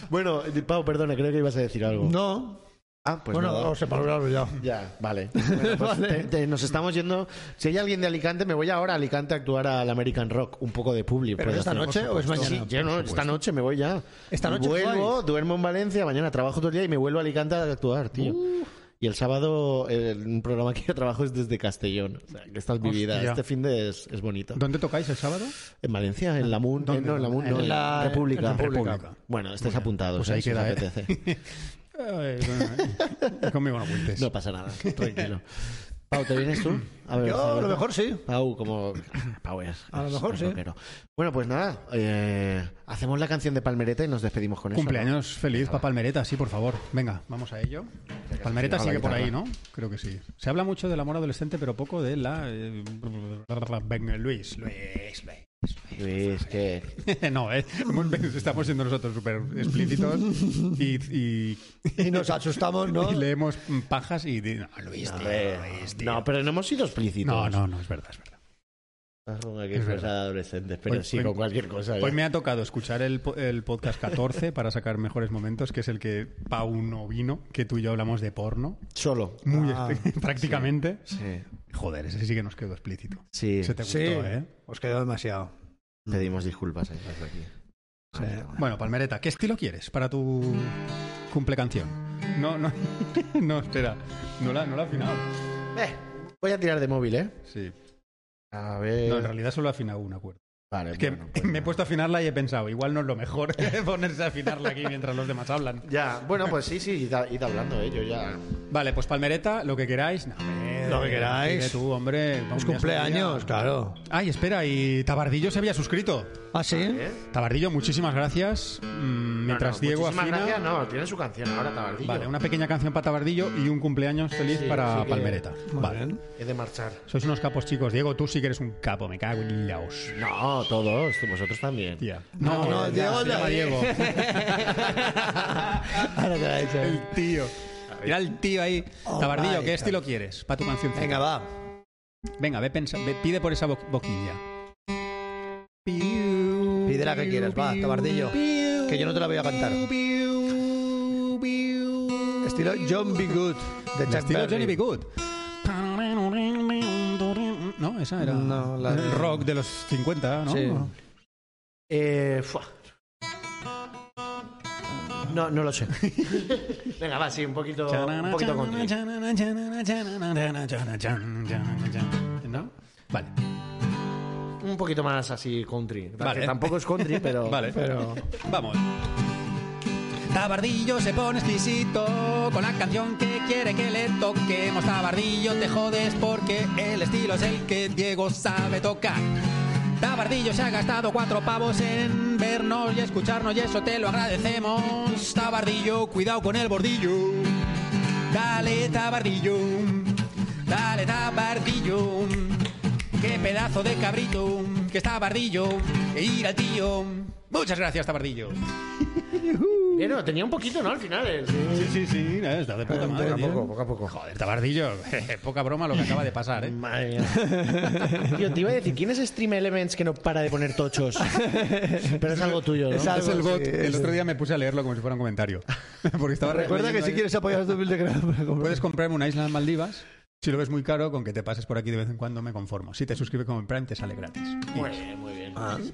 bueno, Pau, perdona, creo que ibas a decir algo. No. Ah, pues bueno, nada. os he valorado ya. Ya, vale. Bueno, pues te- te- nos estamos yendo. Si hay alguien de Alicante, me voy ahora a Alicante a actuar al American Rock, un poco de publi. ¿Pero puedo esta hacer. noche o es Sí, mañana? yo no, esta noche me voy ya. Esta noche vuelvo, vais. duermo en Valencia, mañana trabajo todo el día y me vuelvo a Alicante a actuar, tío. Uh. Y el sábado, eh, un programa que yo trabajo es desde Castellón. O sea, que estás vivida. Hostia. Este fin de es, es bonito. ¿Dónde tocáis el sábado? En Valencia, en la MUN, ¿Dónde? eh, no, en la MUN, no, En en la- República. en República. Bueno, estáis apuntados, Pues eh, ahí si os queda, ¿eh? apetece. Eh, bueno, eh, conmigo no cuentes. No pasa nada, tranquilo. Pau, ¿te vienes tú? A ver, Yo, a a ver. lo mejor sí. Pau, como. Pau es- A lo es- mejor es sí. rockero. Bueno, pues nada, eh, hacemos la canción de Palmereta y nos despedimos con eso. ¿no? Cumpleaños feliz para Palmereta, sí, por favor. Venga, vamos a ello. Palmereta se sigue lleva por la ahí, ¿no? Creo que sí. Se habla mucho del amor adolescente, pero poco de la... eh, Venga, Luis, Luis, Luis. Luis, que. no, eh, estamos siendo nosotros súper explícitos y, y- Y nos asustamos, ¿no? y leemos pajas y... di- No, Luis, A tío, ver, Luis, tío. no, pero no hemos sido explícitos. no, no, no, es verdad, es verdad. Aquí Es es verdad. cosa de adolescentes, pero Hoy- sí, hoy- con cualquier cosa. ya. Hoy me ha tocado escuchar el, po- el podcast 14 para sacar mejores momentos, que es el que Pau no vino, que tú y yo hablamos de porno, Solo. muy explí- prácticamente. Sí. Joder, ese sí que nos quedó explícito. Sí, Se te gustó, Sí, ¿eh? os quedó demasiado. pedimos disculpas ahí, desde aquí. Sí. Bueno, Palmereta, ¿qué estilo quieres para tu cumple canción? No, no, no, espera, no la, no la he afinado. Eh, voy a tirar de móvil, ¿eh? Sí. A ver. Eh. No, en realidad solo he afinado una cuerda. Vale, Es que bueno, pues me he nada. puesto a afinarla y he pensado, igual no es lo mejor ponerse a afinarla aquí mientras los demás hablan. Ya, bueno, pues sí, sí, id, id hablando, ¿eh? Yo ya. Vale, pues Palmereta, lo que queráis. No, hombre, Lo que queráis. pide tú, hombre. Es Vamos, ya cumpleaños, es un día. claro. Ay, espera, y Tabardillo se había suscrito. ¿Ah, sí? Tabardillo, muchísimas gracias. Mm, Mientras No, no, Diego muchísimas afina. gracias, no, tiene su canción ahora, Tabardillo. Vale, una pequeña canción para Tabardillo y un cumpleaños feliz Sí, para sí que- Palmereta. Vale. He de marchar. Sois unos capos chicos. Diego, tú sí que eres un capo. Me cago en Dios. No, todos, vosotros también. Tía. No, no, Diego, se llama no. Diego. Ahora te la he hecho. el tío. Mira el tío ahí. Oh, Tabardillo, vale. ¿qué estilo quieres para tu canción? Venga, va. Venga, ve, pensa- ve- pide por esa bo- boquilla. Pide la que quieras, va, tabardillo. Que yo no te la voy a cantar. Estilo John B. Good de El Chuck estilo Berry. Johnny B. Good. No, esa era. No, la el de- rock de los 50, ¿no? Sí. Eh, fua. No, no lo sé. Venga, va, sí, un poquito, un poquito country. ¿No? Vale. Un poquito más así country. Vale. Que Tampoco es country, pero. Vale, pero... Vamos. Tabardillo se pone exquisito con la canción que quiere que le toquemos. Tabardillo te jodes porque el estilo es el que Diego sabe tocar. Tabardillo se ha gastado cuatro pavos en vernos y escucharnos y eso te lo agradecemos. Tabardillo, cuidado con el bordillo. Dale tabardillo, dale tabardillo. Qué pedazo de cabrito que está bardillo. E ir al tío. Muchas gracias, tabardillo. Pero tenía un poquito, ¿no? Al final. el- Sí, sí, sí, eh, está de puta madre. tío. poco, poco a poco. Joder, tabardillo, poca broma lo que acaba de pasar, ¿eh? Madre mía. Yo te iba a decir, ¿quién es Stream Elements que no para de poner tochos? Pero es algo tuyo, ¿no? Es algo- Es el bot. sí, El es- otro día me puse a leerlo como si fuera un comentario. Porque estaba Recuerda que leyendo si ahí- quieres apoyar a tu humilde canal, Puedes comprarme una isla en Maldivas. Si lo ves muy caro, con que te pases por aquí de vez en cuando me conformo. Si te suscribes como en Prime, te sale gratis. Y Muy bien, muy bien. espectacular.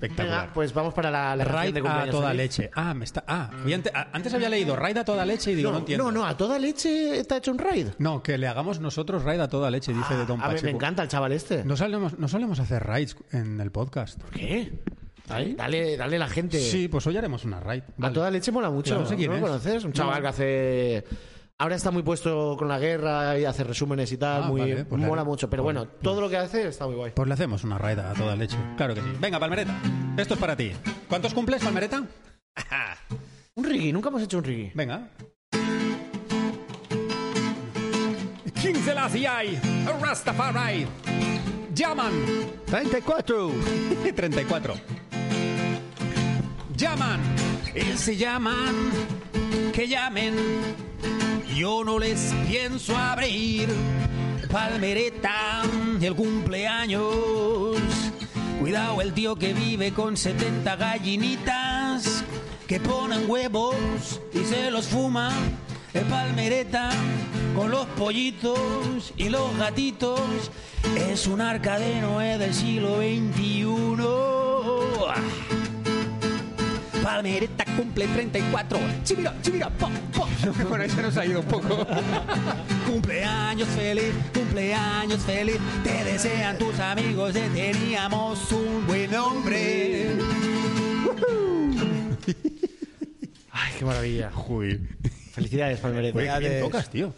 Pues, Venga, pues vamos para la, la canción Raid de a cumpleaños toda feliz. leche. Ah, me está. Ah, había ante- a- antes había leído Raid a toda leche y digo, No, no, entiendo. no, no, a toda leche está hecho un raid. No, que le hagamos nosotros raid a toda leche, dice de Don Ah, a ver, Pacheco. me encanta el chaval este. No solemos, no solemos hacer raids en el podcast. ¿Qué? Dale, dale la gente. Sí, pues hoy haremos una raid. A Vale. toda leche mola mucho. Yo no sé quién ¿No lo es. conoces? Un chaval No. que hace. Ahora está muy puesto con la guerra y hace resúmenes y tal. Ah, muy... vale, pues mola dale. mucho. Pero bueno, todo lo que hace está muy guay. Pues le hacemos una raid a toda leche. Claro que sí. Venga, Palmereta. Esto es para ti. ¿Cuántos cumples, Palmereta? Un Riggy, nunca hemos hecho un Riggy. Venga. 15 las hay. Rastafari. Llaman. 24. 34. Llaman. Y si llaman, que llamen. Yo no les pienso abrir. Palmereta, el cumpleaños. Cuidado el tío que vive con 70 gallinitas que ponen huevos y se los fuma. El palmereta con los pollitos y los gatitos es un arca de Noé del siglo XXI. Palmereta cumple 34. Chimira, chimira, pop, pop. Bueno, ahí se nos ha ido un poco. cumpleaños feliz, cumpleaños feliz. Te desean tus amigos, te teníamos un buen hombre. Ay, qué maravilla. Joder. Felicidades, Palmeret. Oye, qué bien Felicidades. tocas, tío.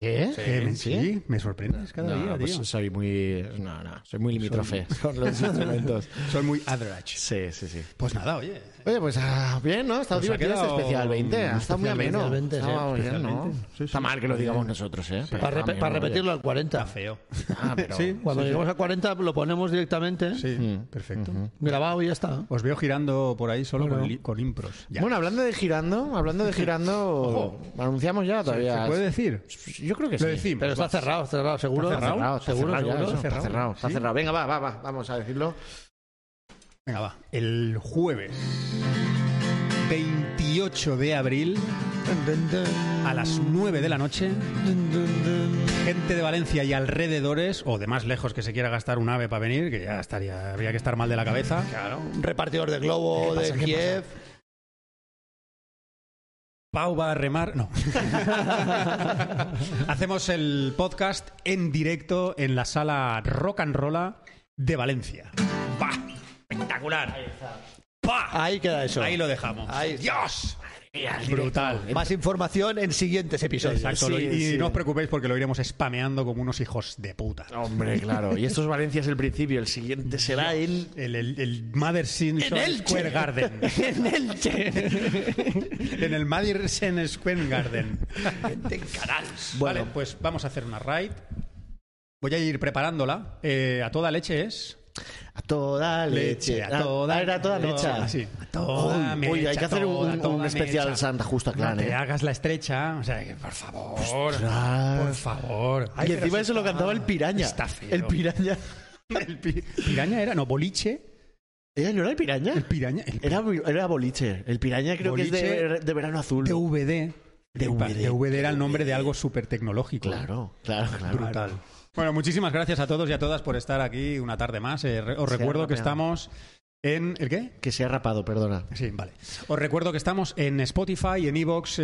¿Qué? Que me- ¿Sí? Pues, ¿Sí? me sorprendes cada ¿Eh? No, día, pues tío. soy muy. No, no, soy muy limítrofe con los instrumentos. Soy muy average. Sí, sí, sí. Pues nada, oye. Oye, pues ah, bien, ¿no? Ha estado Pues ha divertido este quedado especial 20. Ha un estado muy especial ameno. 20, sí, Estaba bien, especial ¿no? 20. Sí, sí, Está mal que lo está digamos bien. nosotros, ¿eh? Pero Para, está repe- bien, para oye. repetirlo al 40. Está feo. Ah, pero- Sí, Cuando lleguemos a 40 lo ponemos directamente, sí, Mm, perfecto. grabado y ya está. Os veo girando por ahí solo con, li- con impros. Ya. Bueno, hablando de girando, hablando de girando, anunciamos ya todavía. ¿Se puede decir? Yo creo que Lo sí. decimos. Pero está va. cerrado, está cerrado, seguro. Está cerrado, está seguro, cerrado ya, seguro. eso, está cerrado. cerrado, está Sí. cerrado. Venga, va, va, va, vamos a decirlo. Venga, va. El jueves 28 de abril a las 9 de la noche, gente de Valencia y alrededores, o de más lejos que se quiera gastar un ave para venir, que ya estaría, habría que estar mal de la cabeza. Claro. Un repartidor de globo de Kiev. Pau va a remar. No. Hacemos el podcast en directo en la sala Rock and Rolla de Valencia. ¡Bah! Espectacular. ¡Bah! Ahí queda eso. Ahí lo dejamos. Ahí está. ¡Dios! Brutal. Más información en siguientes episodios. Exacto, Sí, lo- y sí. no os preocupéis porque lo iremos spameando como unos hijos de puta. Hombre, claro. Y esto es Valencia es el principio, el siguiente será el El, el, el Madison Elche. Square Garden. en Elche. en el Madison Square Garden. en Canal. Vale, pues vamos a hacer una raid. Voy a ir preparándola. Eh, a toda leche es. a toda leche. a toda Ah, era a toda leche. Sí, a toda Uy, mecha, uy, hay que hacer un- toda, un toda especial mecha. Santa Justa Clan, No te ¿eh? hagas la estrecha. O sea, que por favor. Ostras. Por favor. y encima eso lo cantaba el piraña. Está feo. El piraña. El pi- piraña era, no, boliche. ¿Eh, ¿No era el piraña? El piraña. El Era, era boliche. El piraña creo que es de, Boliche. de verano azul. DVD. DVD. DVD era el nombre de algo súper tecnológico. Claro, claro, claro. Brutal. Bueno, muchísimas gracias a todos y a todas por estar aquí una tarde más. Eh, re- os Se ha recuerdo que rapeado. estamos en. ¿El qué? Que se ha rapado, perdona. Sí, vale. Os recuerdo que estamos en Spotify, en Evox,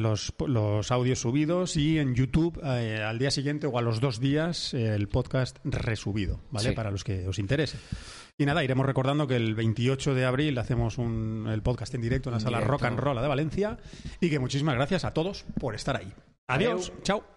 los, los audios subidos y en YouTube eh, al día siguiente o a los dos días eh, el podcast resubido, ¿vale? Sí. Para los que os interese. Y nada, iremos recordando que el 28 de abril hacemos un, el podcast en directo en la sala Rock and Roll de Valencia y que muchísimas gracias a todos por estar ahí. Adiós, chao.